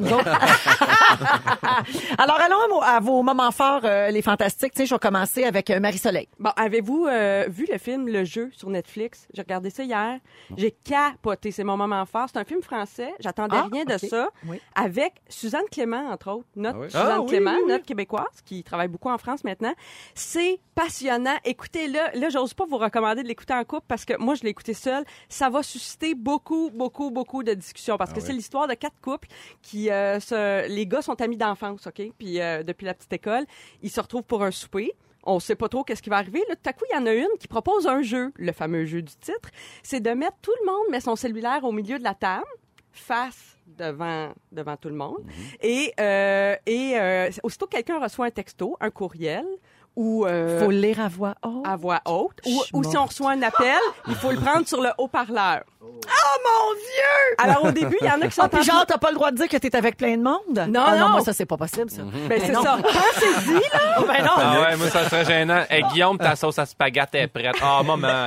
Speaker 1: Alors, allons à vos, à vos moments forts, euh, les fantastiques. Tu sais, je vais commencer avec euh, Marie-Soleil.
Speaker 3: Bon, avez-vous euh, vu le film Le Jeu sur Netflix? J'ai regardé ça hier. J'ai capoté. C'est mon moment fort. C'est un film français. J'attendais
Speaker 1: Ah,
Speaker 3: rien de
Speaker 1: ok.
Speaker 3: ça.
Speaker 1: Oui.
Speaker 3: Avec Suzanne Clément, entre autres. Notre
Speaker 2: Ah oui?
Speaker 3: Suzanne
Speaker 4: Ah oui,
Speaker 3: Clément,
Speaker 4: oui, oui.
Speaker 3: notre Québécoise, qui travaille beaucoup en France maintenant. C'est passionnant. Écoutez-le. Là, j'ose pas vous recommander de l'écouter en couple parce que moi, je l'ai écouté seule. Ça va susciter beaucoup, beaucoup, beaucoup de discussions parce que c'est l'histoire de quatre couples qui euh, se- les gars sont amis d'enfance, OK? Puis euh, depuis la petite école, ils se retrouvent pour un souper. On sait pas trop qu'est-ce qui va arriver. Là, tout à coup, il y en a une qui propose un jeu, le fameux jeu du titre. C'est de mettre tout le monde met son cellulaire au milieu de la table, face devant devant tout le monde.
Speaker 2: Mm-hmm.
Speaker 3: Et euh, et euh, aussitôt que quelqu'un reçoit un texto, un courriel ou euh,
Speaker 1: Faut lire à voix haute.
Speaker 3: à voix haute, ou,
Speaker 1: Je suis
Speaker 3: ou si on
Speaker 1: morte.
Speaker 3: reçoit un appel, il faut le prendre sur le haut-parleur. Oh. mon Dieu! Alors au début, il y en a qui sont
Speaker 1: Ah, puis
Speaker 3: en-
Speaker 1: genre, t'as pas le droit de dire que t'es avec plein de monde?
Speaker 3: Non,
Speaker 1: Ah,
Speaker 3: non.
Speaker 1: moi, ça, c'est pas possible, ça.
Speaker 3: Ben, c'est ça. Pensez-y, là.
Speaker 1: Ben non.
Speaker 4: Mhm. Ah ouais, moi, ça serait gênant. Hey,
Speaker 1: Ah.
Speaker 4: Guillaume, ta sauce à spaghette est prête. Ah, maman,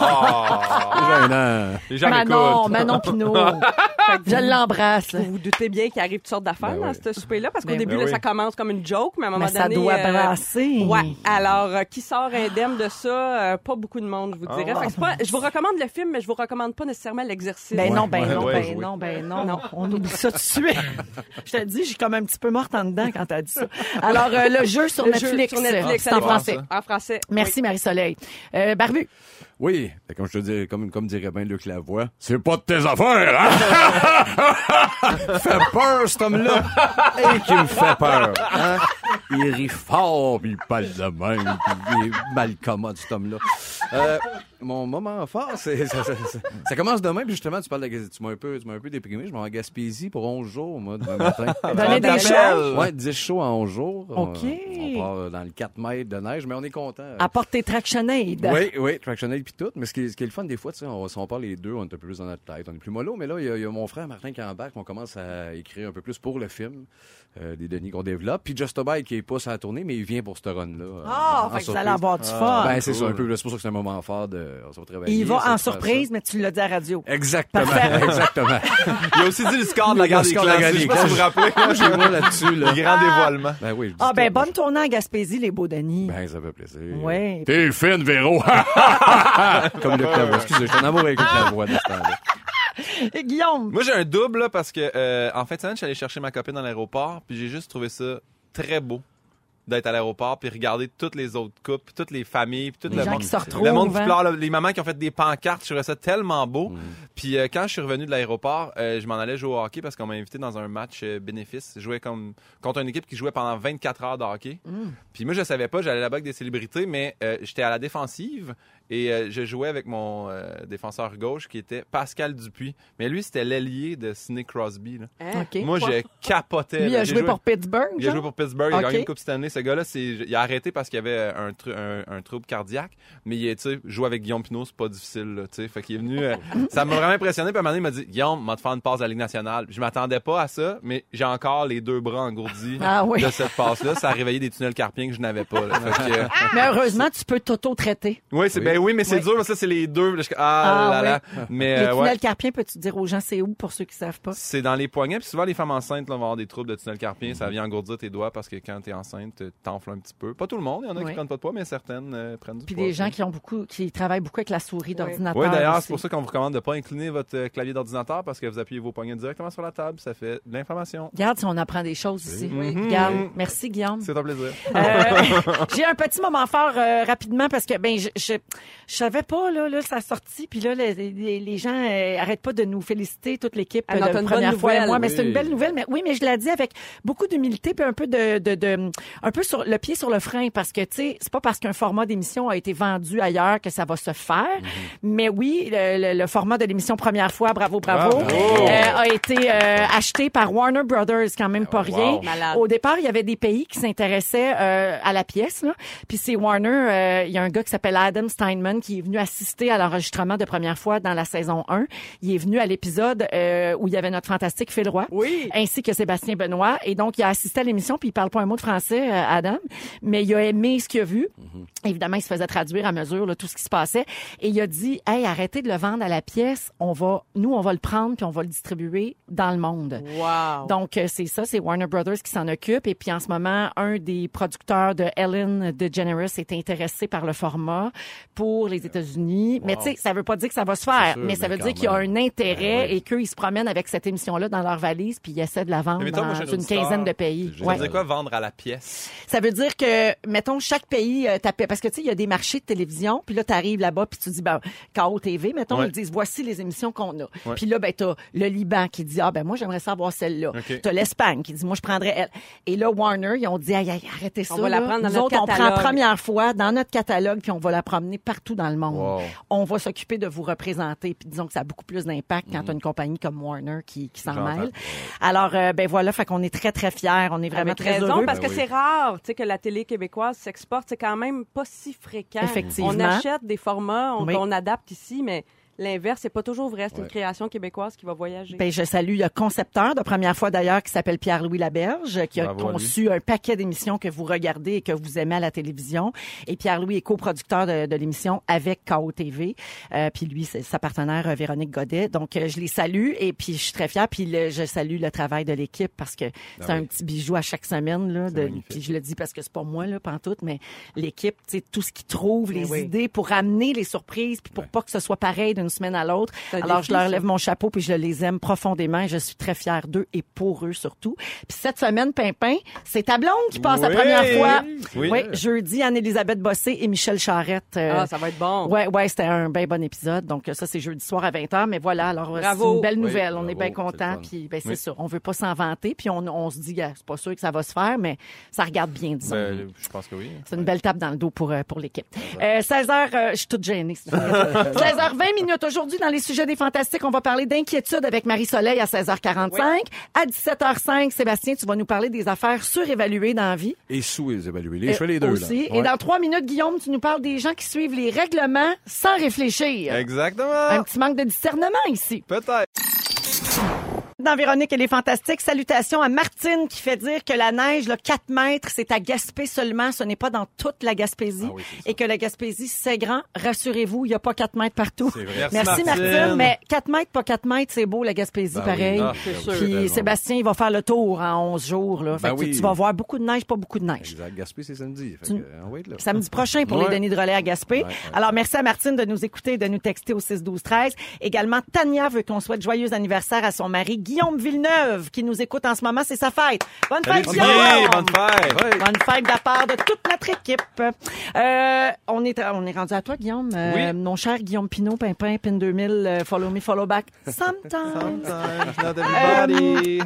Speaker 4: là. Oh.
Speaker 2: Gênant.
Speaker 4: Les gens
Speaker 1: Manon, ben,
Speaker 4: m'écoutent.
Speaker 1: Manon Pinot. Fait que je l'embrasse.
Speaker 3: Vous vous doutez bien qu'il arrive toutes sortes d'affaires
Speaker 2: Ben
Speaker 3: dans
Speaker 2: oui.
Speaker 3: ce souper-là, parce qu'au
Speaker 1: Ben
Speaker 3: début,
Speaker 4: oui.
Speaker 3: là, ça commence comme une joke, mais à un moment
Speaker 1: Mais ça
Speaker 3: donné...
Speaker 1: doit
Speaker 3: euh,
Speaker 1: brasser.
Speaker 3: Ouais. Alors, euh, qui sort indemne de ça? Euh, pas beaucoup de monde, je vous
Speaker 2: Ah
Speaker 3: dirais. Fait que c'est pas- je vous recommande le film, mais je vous recommande pas nécessairement l'exercice.
Speaker 1: Ben non, ben
Speaker 4: ouais,
Speaker 1: non,
Speaker 4: ouais,
Speaker 1: ben
Speaker 4: ouais.
Speaker 1: non, ben non, On oublie ça tout de suite. Je te dis, j'ai comme un petit peu morte en dedans quand t'as dit ça. Alors, euh, le jeu sur
Speaker 3: Le jeu
Speaker 1: Netflix.
Speaker 3: sur Netflix,
Speaker 1: c'est
Speaker 3: allez
Speaker 1: en
Speaker 3: voir
Speaker 1: français.
Speaker 3: ça. En français.
Speaker 1: Merci, Marie-Soleil. Euh, Barbu.
Speaker 2: Oui, Fait comme je te dis, comme, comme dirait bien Luc Lavoie, c'est pas de tes affaires, hein? fait peur, cet homme-là. Et qui me fait peur, hein? Il rit fort, puis il parle de même, puis il est mal commode, cet homme-là. Euh, mon moment fort, c'est, ça, ça- ça- ça commence demain, puis justement, tu parles de, la- tu m'as un peu, tu m'as un peu déprimé, je m'en vais en Gaspésie pour 11 jours, moi, demain matin.
Speaker 1: Donner des choses.
Speaker 2: Ouais, 10 shows en 11 jours. euh,
Speaker 1: OK.
Speaker 2: On, on part dans le 4 mètres de neige, mais on est content.
Speaker 1: Apporte tes tractionnades.
Speaker 2: Oui, oui, Tractionnade puis tout. Mais ce qui, est- ce qui est le fun des fois, tu sais, on, si on parle les deux, on est un peu plus dans notre tête. On est plus mollo, mais là, il y, a- il y a mon frère Martin qui embarque, on commence à écrire un peu plus pour le film, euh, des Denis qu'on développe. Puis Just a Bike, qui est pas sur la tournée, mais il vient pour ce run-là. euh,
Speaker 1: Ah,
Speaker 2: en
Speaker 1: fait que vous
Speaker 2: surprise.
Speaker 1: allez avoir
Speaker 4: Ah,
Speaker 1: du fun.
Speaker 2: Ben, c'est ça, un peu. là, C'est pour ça que c'est un moment fort de. On se va travailler.
Speaker 1: Il
Speaker 2: ça,
Speaker 1: va en
Speaker 2: ça, ça.
Speaker 1: surprise, mais tu l'as dit à la radio.
Speaker 4: Ben,
Speaker 2: Exactement, exactement.
Speaker 4: Il a aussi dit le score de la guerre des
Speaker 2: Oscar
Speaker 4: classes. Je sais pas si vous vous rappelez.
Speaker 2: Moi, j'ai moi là-dessus, là.
Speaker 4: Le grand dévoilement.
Speaker 2: Ben oui, je dis
Speaker 1: Ah, ben,
Speaker 2: tout,
Speaker 1: bonne tournée en Gaspésie, les beaux Denis.
Speaker 2: Ben, ça fait plaisir.
Speaker 1: Ouais.
Speaker 2: T'es fine, Véro! Comme le clavois. Excusez, je suis en amour avec le clavois de ce temps-là.
Speaker 4: Ben.
Speaker 1: Et Guillaume.
Speaker 4: Moi, j'ai un double là, parce que euh, en fin de semaine, je suis allé chercher ma copine à l'aéroport, puis j'ai juste trouvé ça très beau d'être à l'aéroport, puis regarder toutes les autres couples, puis toutes les familles, puis tout
Speaker 1: Les
Speaker 4: le
Speaker 1: gens
Speaker 4: monde.
Speaker 1: qui se retrouvent,
Speaker 4: le monde qui
Speaker 1: hein.
Speaker 4: pleure, là, les mamans qui ont fait des pancartes, je trouvais ça tellement beau. Puis euh, quand je suis revenu de l'aéroport, euh, je m'en allais jouer au hockey parce qu'on m'a invité dans un match euh, bénéfice. Je jouais comme contre une équipe qui jouait pendant 24 heures de hockey.
Speaker 1: Mm.
Speaker 4: Puis moi, je savais pas, j'allais là-bas avec des célébrités, mais euh, j'étais à la défensive et euh, je jouais avec mon euh, défenseur gauche qui était Pascal Dupuis. Mais lui, c'était l'ailier de Sidney Crosby. là.
Speaker 3: Hein?
Speaker 1: OK.
Speaker 4: Moi, je capotais.
Speaker 1: Lui, il
Speaker 4: là.
Speaker 1: a
Speaker 4: J'ai
Speaker 1: joué pour Pittsburgh.
Speaker 4: il a
Speaker 1: genre?
Speaker 4: joué pour Pittsburgh, il
Speaker 1: Ok.
Speaker 4: a gagné une Coupe Stanley. Ce gars-là, c'est, il a arrêté parce qu'il y avait un, tru- un, un trouble cardiaque. Mais il est, tu sais, jouer avec Guillaume Pinot, c'est pas difficile, là, tu sais. Fait qu'il est venu, euh, ça m'a vraiment impressionné. Puis à un moment donné, il m'a dit, Guillaume, m'a te faire une passe de la Ligue nationale. Je m'attendais pas à ça, mais j'ai encore les deux bras engourdis
Speaker 1: Ah oui.
Speaker 4: de cette passe-là. Ça a réveillé des tunnels carpiens que je n'avais pas, là. Fait que, euh,
Speaker 1: Mais heureusement, tu peux t'auto-traiter.
Speaker 4: oui, c'est,
Speaker 2: Oui.
Speaker 4: ben oui, mais c'est
Speaker 1: Oui.
Speaker 4: dur parce que là, c'est les deux. Là, je-
Speaker 1: Ah,
Speaker 4: ah, là là. Mais,
Speaker 1: Les
Speaker 4: euh,
Speaker 1: tunnels
Speaker 4: ouais.
Speaker 1: carpiens, peux-tu dire aux gens c'est où pour ceux qui savent pas?
Speaker 4: C'est dans les poignets, puis souvent les femmes enceintes là, vont avoir des troubles de tunnel carpien, ça vient engourdir tes doigts parce que quand t'es enceinte, t'enfles un petit peu. Pas tout le monde, il y en a
Speaker 1: Oui.
Speaker 4: qui prennent pas de poids, mais certaines euh, prennent du
Speaker 1: Puis
Speaker 4: poids.
Speaker 1: des gens qui ont beaucoup, qui travaillent beaucoup avec la souris d'ordinateur.
Speaker 4: Oui, d'ailleurs,
Speaker 1: aussi.
Speaker 4: c'est pour ça qu'on vous recommande de pas incliner votre euh, clavier d'ordinateur parce que vous appuyez vos poignets directement sur la table, ça fait de l'information.
Speaker 1: Regarde si on apprend des choses ici.
Speaker 4: Mhm.
Speaker 1: Regarde. Merci, Guillaume.
Speaker 4: C'est un plaisir.
Speaker 1: Euh, j'ai un petit moment fort euh, rapidement parce que ben je, je je savais pas là là ça sortit puis là les, les- les gens euh, arrêtent pas de nous féliciter toute l'équipe
Speaker 3: Elle
Speaker 1: euh,
Speaker 3: en
Speaker 1: de
Speaker 3: a Ah, une
Speaker 1: première
Speaker 3: bonne
Speaker 1: fois et
Speaker 3: nouvelle,
Speaker 1: moi mais c'est
Speaker 2: oui.
Speaker 1: une belle nouvelle mais oui mais je la dis avec beaucoup d'humilité puis un peu de, de de un peu sur le pied sur le frein parce que tu sais c'est pas parce qu'un format d'émission a été vendu ailleurs que ça va se faire mais oui le, le- le format de l'émission première fois bravo bravo,
Speaker 4: Bravo.
Speaker 1: euh, a été euh, acheté par Warner Brothers quand même pas rien
Speaker 2: Wow.
Speaker 3: Malade.
Speaker 1: au départ, il y avait des pays qui s'intéressaient euh, à la pièce. Là. Puis c'est Warner, euh, il y a un gars qui s'appelle Adam Steiner Steinman qui est venu assister à l'enregistrement de première fois dans la saison 1. Il est venu à l'épisode euh, où il y avait notre fantastique Phil Roy,
Speaker 3: Oui.
Speaker 1: ainsi que Sébastien Benoît. Et donc, il a assisté à l'émission, puis il parle pas un mot de français, euh, Adam, mais il a aimé ce qu'il a vu.
Speaker 3: Mm-hmm.
Speaker 1: Évidemment, il se faisait traduire à mesure là, tout ce qui se passait. Et il a dit, hey, arrêtez de le vendre à la pièce. On va, nous, on va le prendre, puis on va le distribuer dans le monde.
Speaker 3: Wow.
Speaker 1: Donc, euh, c'est ça, c'est Warner Brothers qui s'en occupe. Et puis, en ce moment, un des producteurs de Ellen DeGeneres est intéressé par le format pour les États-Unis. Mais tu sais, ça veut pas dire que ça va se faire,
Speaker 2: Euh, sûr,
Speaker 1: mais ça
Speaker 2: mais
Speaker 1: veut dire
Speaker 2: quand
Speaker 1: qu'il y a
Speaker 2: même.
Speaker 1: un intérêt
Speaker 2: Ben oui.
Speaker 1: et qu'ils se promènent avec cette émission-là dans leur valise puis ils essaient de la vendre
Speaker 4: Mais mettons,
Speaker 1: dans
Speaker 4: moi, j'ai un
Speaker 1: une
Speaker 4: auditeur.
Speaker 1: quinzaine de pays.
Speaker 2: C'est
Speaker 4: Ça
Speaker 2: Ouais.
Speaker 4: veut dire quoi vendre à la pièce?
Speaker 1: Ça veut dire que, mettons, chaque pays euh, tapait. Parce que, tu sais, il y a des marchés de télévision. Puis là, tu arrives là-bas, puis tu dis, ben, KO TV, mettons,
Speaker 4: Ouais.
Speaker 1: ils disent, voici les émissions qu'on a.
Speaker 4: Ouais.
Speaker 1: Puis là, ben, t'as le Liban qui dit, ah, ben, moi, j'aimerais savoir celle-là.
Speaker 4: OK.
Speaker 1: T'as l'Espagne qui dit, moi, je prendrais elle. Et là, Warner, ils ont dit, aïe, aïe, arrêtez ça.
Speaker 3: On va la
Speaker 1: là.
Speaker 3: prendre dans
Speaker 1: Nous
Speaker 3: notre
Speaker 1: autres, on
Speaker 3: catalogue.
Speaker 1: prend première fois dans notre catalogue, puis on va la promener partout dans le monde.
Speaker 4: Wow.
Speaker 1: On va s'occuper de vous représenter. Puis disons que ça a beaucoup plus d'impact
Speaker 4: Mhm.
Speaker 1: quand t'as une compagnie comme Warner qui, qui s'en
Speaker 2: J'entends.
Speaker 1: mêle. Alors, euh, ben voilà, fait qu'on est très, très fiers. On est vraiment
Speaker 3: Avec
Speaker 1: très
Speaker 3: raison,
Speaker 1: heureux.
Speaker 3: parce
Speaker 2: Ben
Speaker 3: que
Speaker 2: oui.
Speaker 3: c'est rare tu sais, que la télé québécoise s'exporte. C'est quand même pas si fréquent.
Speaker 1: Effectivement.
Speaker 3: On achète des formats on-
Speaker 1: Oui.
Speaker 3: qu'on adapte ici, mais l'inverse, c'est pas toujours vrai. C'est une
Speaker 2: Ouais.
Speaker 3: création québécoise qui va voyager.
Speaker 1: Ben, je salue le concepteur de première fois d'ailleurs qui s'appelle Pierre-Louis Laberge, qui a
Speaker 4: Bravo à lui.
Speaker 1: conçu un paquet d'émissions que vous regardez et que vous aimez à la télévision. Et Pierre-Louis est coproducteur de, de l'émission avec KO TV. Euh, puis lui, c'est sa partenaire euh, Véronique Godet. Donc, euh, je les salue et puis je suis très fière. Puis le- je salue le travail de l'équipe parce que c'est un
Speaker 2: oui.
Speaker 1: petit bijou à chaque semaine. Là, de-
Speaker 4: Ah magnifique.
Speaker 1: puis je le dis parce que c'est pas moi, là, pantoute, mais l'équipe, tu sais, tout ce qu'ils trouvent, les
Speaker 3: oui.
Speaker 1: idées pour amener les surprises puis pour pas que ce soit pareil d'une semaine à l'autre.
Speaker 3: C'est un
Speaker 1: Alors,
Speaker 3: défi,
Speaker 1: je leur
Speaker 3: ça.
Speaker 1: lève mon chapeau puis je les aime profondément et je suis très fière d'eux et pour eux surtout. Puis cette semaine, Pimpin, c'est ta blonde qui passe la
Speaker 4: Oui.
Speaker 1: première fois.
Speaker 4: Oui.
Speaker 1: jeudi, Anne-Elisabeth Bossé et Michel Charrette. euh,
Speaker 3: Ah, ça va être bon.
Speaker 1: Ouais, ouais, c'était un bien bon épisode. Donc, euh, ça, c'est jeudi soir à 20h. Mais voilà, alors, euh,
Speaker 3: Bravo.
Speaker 1: c'est une belle
Speaker 2: Oui,
Speaker 1: nouvelle. on
Speaker 2: bravo,
Speaker 1: est bien
Speaker 2: c'est le
Speaker 1: contents.
Speaker 2: fun.
Speaker 1: Puis, ben, c'est
Speaker 4: Oui.
Speaker 1: sûr, on veut pas s'en vanter. Puis, on, on se dit, gars, c'est pas sûr que ça va se faire, mais ça regarde bien, disons.
Speaker 4: Ben, je pense que oui.
Speaker 1: C'est une belle tape dans le dos pour, euh, pour l'équipe. Euh, 16h, euh, je suis toute gênée. c'est une raison. 16h20 minutes. Aujourd'hui, dans les sujets des fantastiques, on va parler d'inquiétude avec Marie-Soleil à 16h45. À 17h05, Sébastien, tu vas nous parler des affaires surévaluées dans la vie.
Speaker 2: Et sous les évaluer. Les, je fais
Speaker 1: Euh,
Speaker 2: les deux,
Speaker 1: aussi.
Speaker 2: là.
Speaker 1: Et
Speaker 2: Ouais.
Speaker 1: dans trois minutes, Guillaume, tu nous parles des gens qui suivent les règlements sans réfléchir. Un
Speaker 4: Exactement.
Speaker 1: petit manque de discernement ici.
Speaker 4: Peut-être.
Speaker 1: Dans Véronique, elle est fantastique. Salutations à Martine qui fait dire que la neige, le 4 mètres, c'est à Gaspé seulement. Ce n'est pas dans toute la Gaspésie.
Speaker 2: Ah oui, c'est ça.
Speaker 1: et que la Gaspésie, c'est grand. Rassurez-vous, il n'y a pas 4 mètres partout.
Speaker 2: C'est vrai.
Speaker 1: Merci
Speaker 4: Merci,
Speaker 1: Martine.
Speaker 4: Martine.
Speaker 1: mais 4 mètres, pas 4 mètres, c'est beau la Gaspésie,
Speaker 2: Ben oui.
Speaker 1: pareil.
Speaker 2: Ah, c'est sûr.
Speaker 1: Puis
Speaker 2: Tellement.
Speaker 1: Sébastien, il va faire le tour en 11 jours. Là. Fait
Speaker 2: Ben
Speaker 1: que tu-
Speaker 2: oui.
Speaker 1: tu vas voir beaucoup de neige, pas beaucoup de neige
Speaker 2: Exact. Gaspé, c'est samedi. Fait
Speaker 1: Tu-
Speaker 2: que, euh, on va être là.
Speaker 1: samedi prochain pour
Speaker 2: Ouais.
Speaker 1: les Denis de relais à Gaspé.
Speaker 2: Ouais, ouais.
Speaker 1: Alors, merci à Martine de nous écouter et de nous texter au 6-12-13. Également, Tania veut qu'on souhaite joyeux anniversaire à son mari, Guillaume Villeneuve, qui nous écoute en ce moment. C'est sa fête. Bonne
Speaker 4: Salut,
Speaker 1: fête,
Speaker 4: Thierry.
Speaker 1: Guillaume!
Speaker 4: Bonne fête.
Speaker 2: Ouais.
Speaker 1: Bonne fête de la part de toute notre équipe. Euh, on, est, on est rendu à toi, Guillaume. Euh,
Speaker 4: Oui.
Speaker 1: Mon cher Guillaume Pinot, Pimpin, Pin 2000, euh, Follow Me, Follow Back. Sometimes.
Speaker 4: Sometimes not everybody.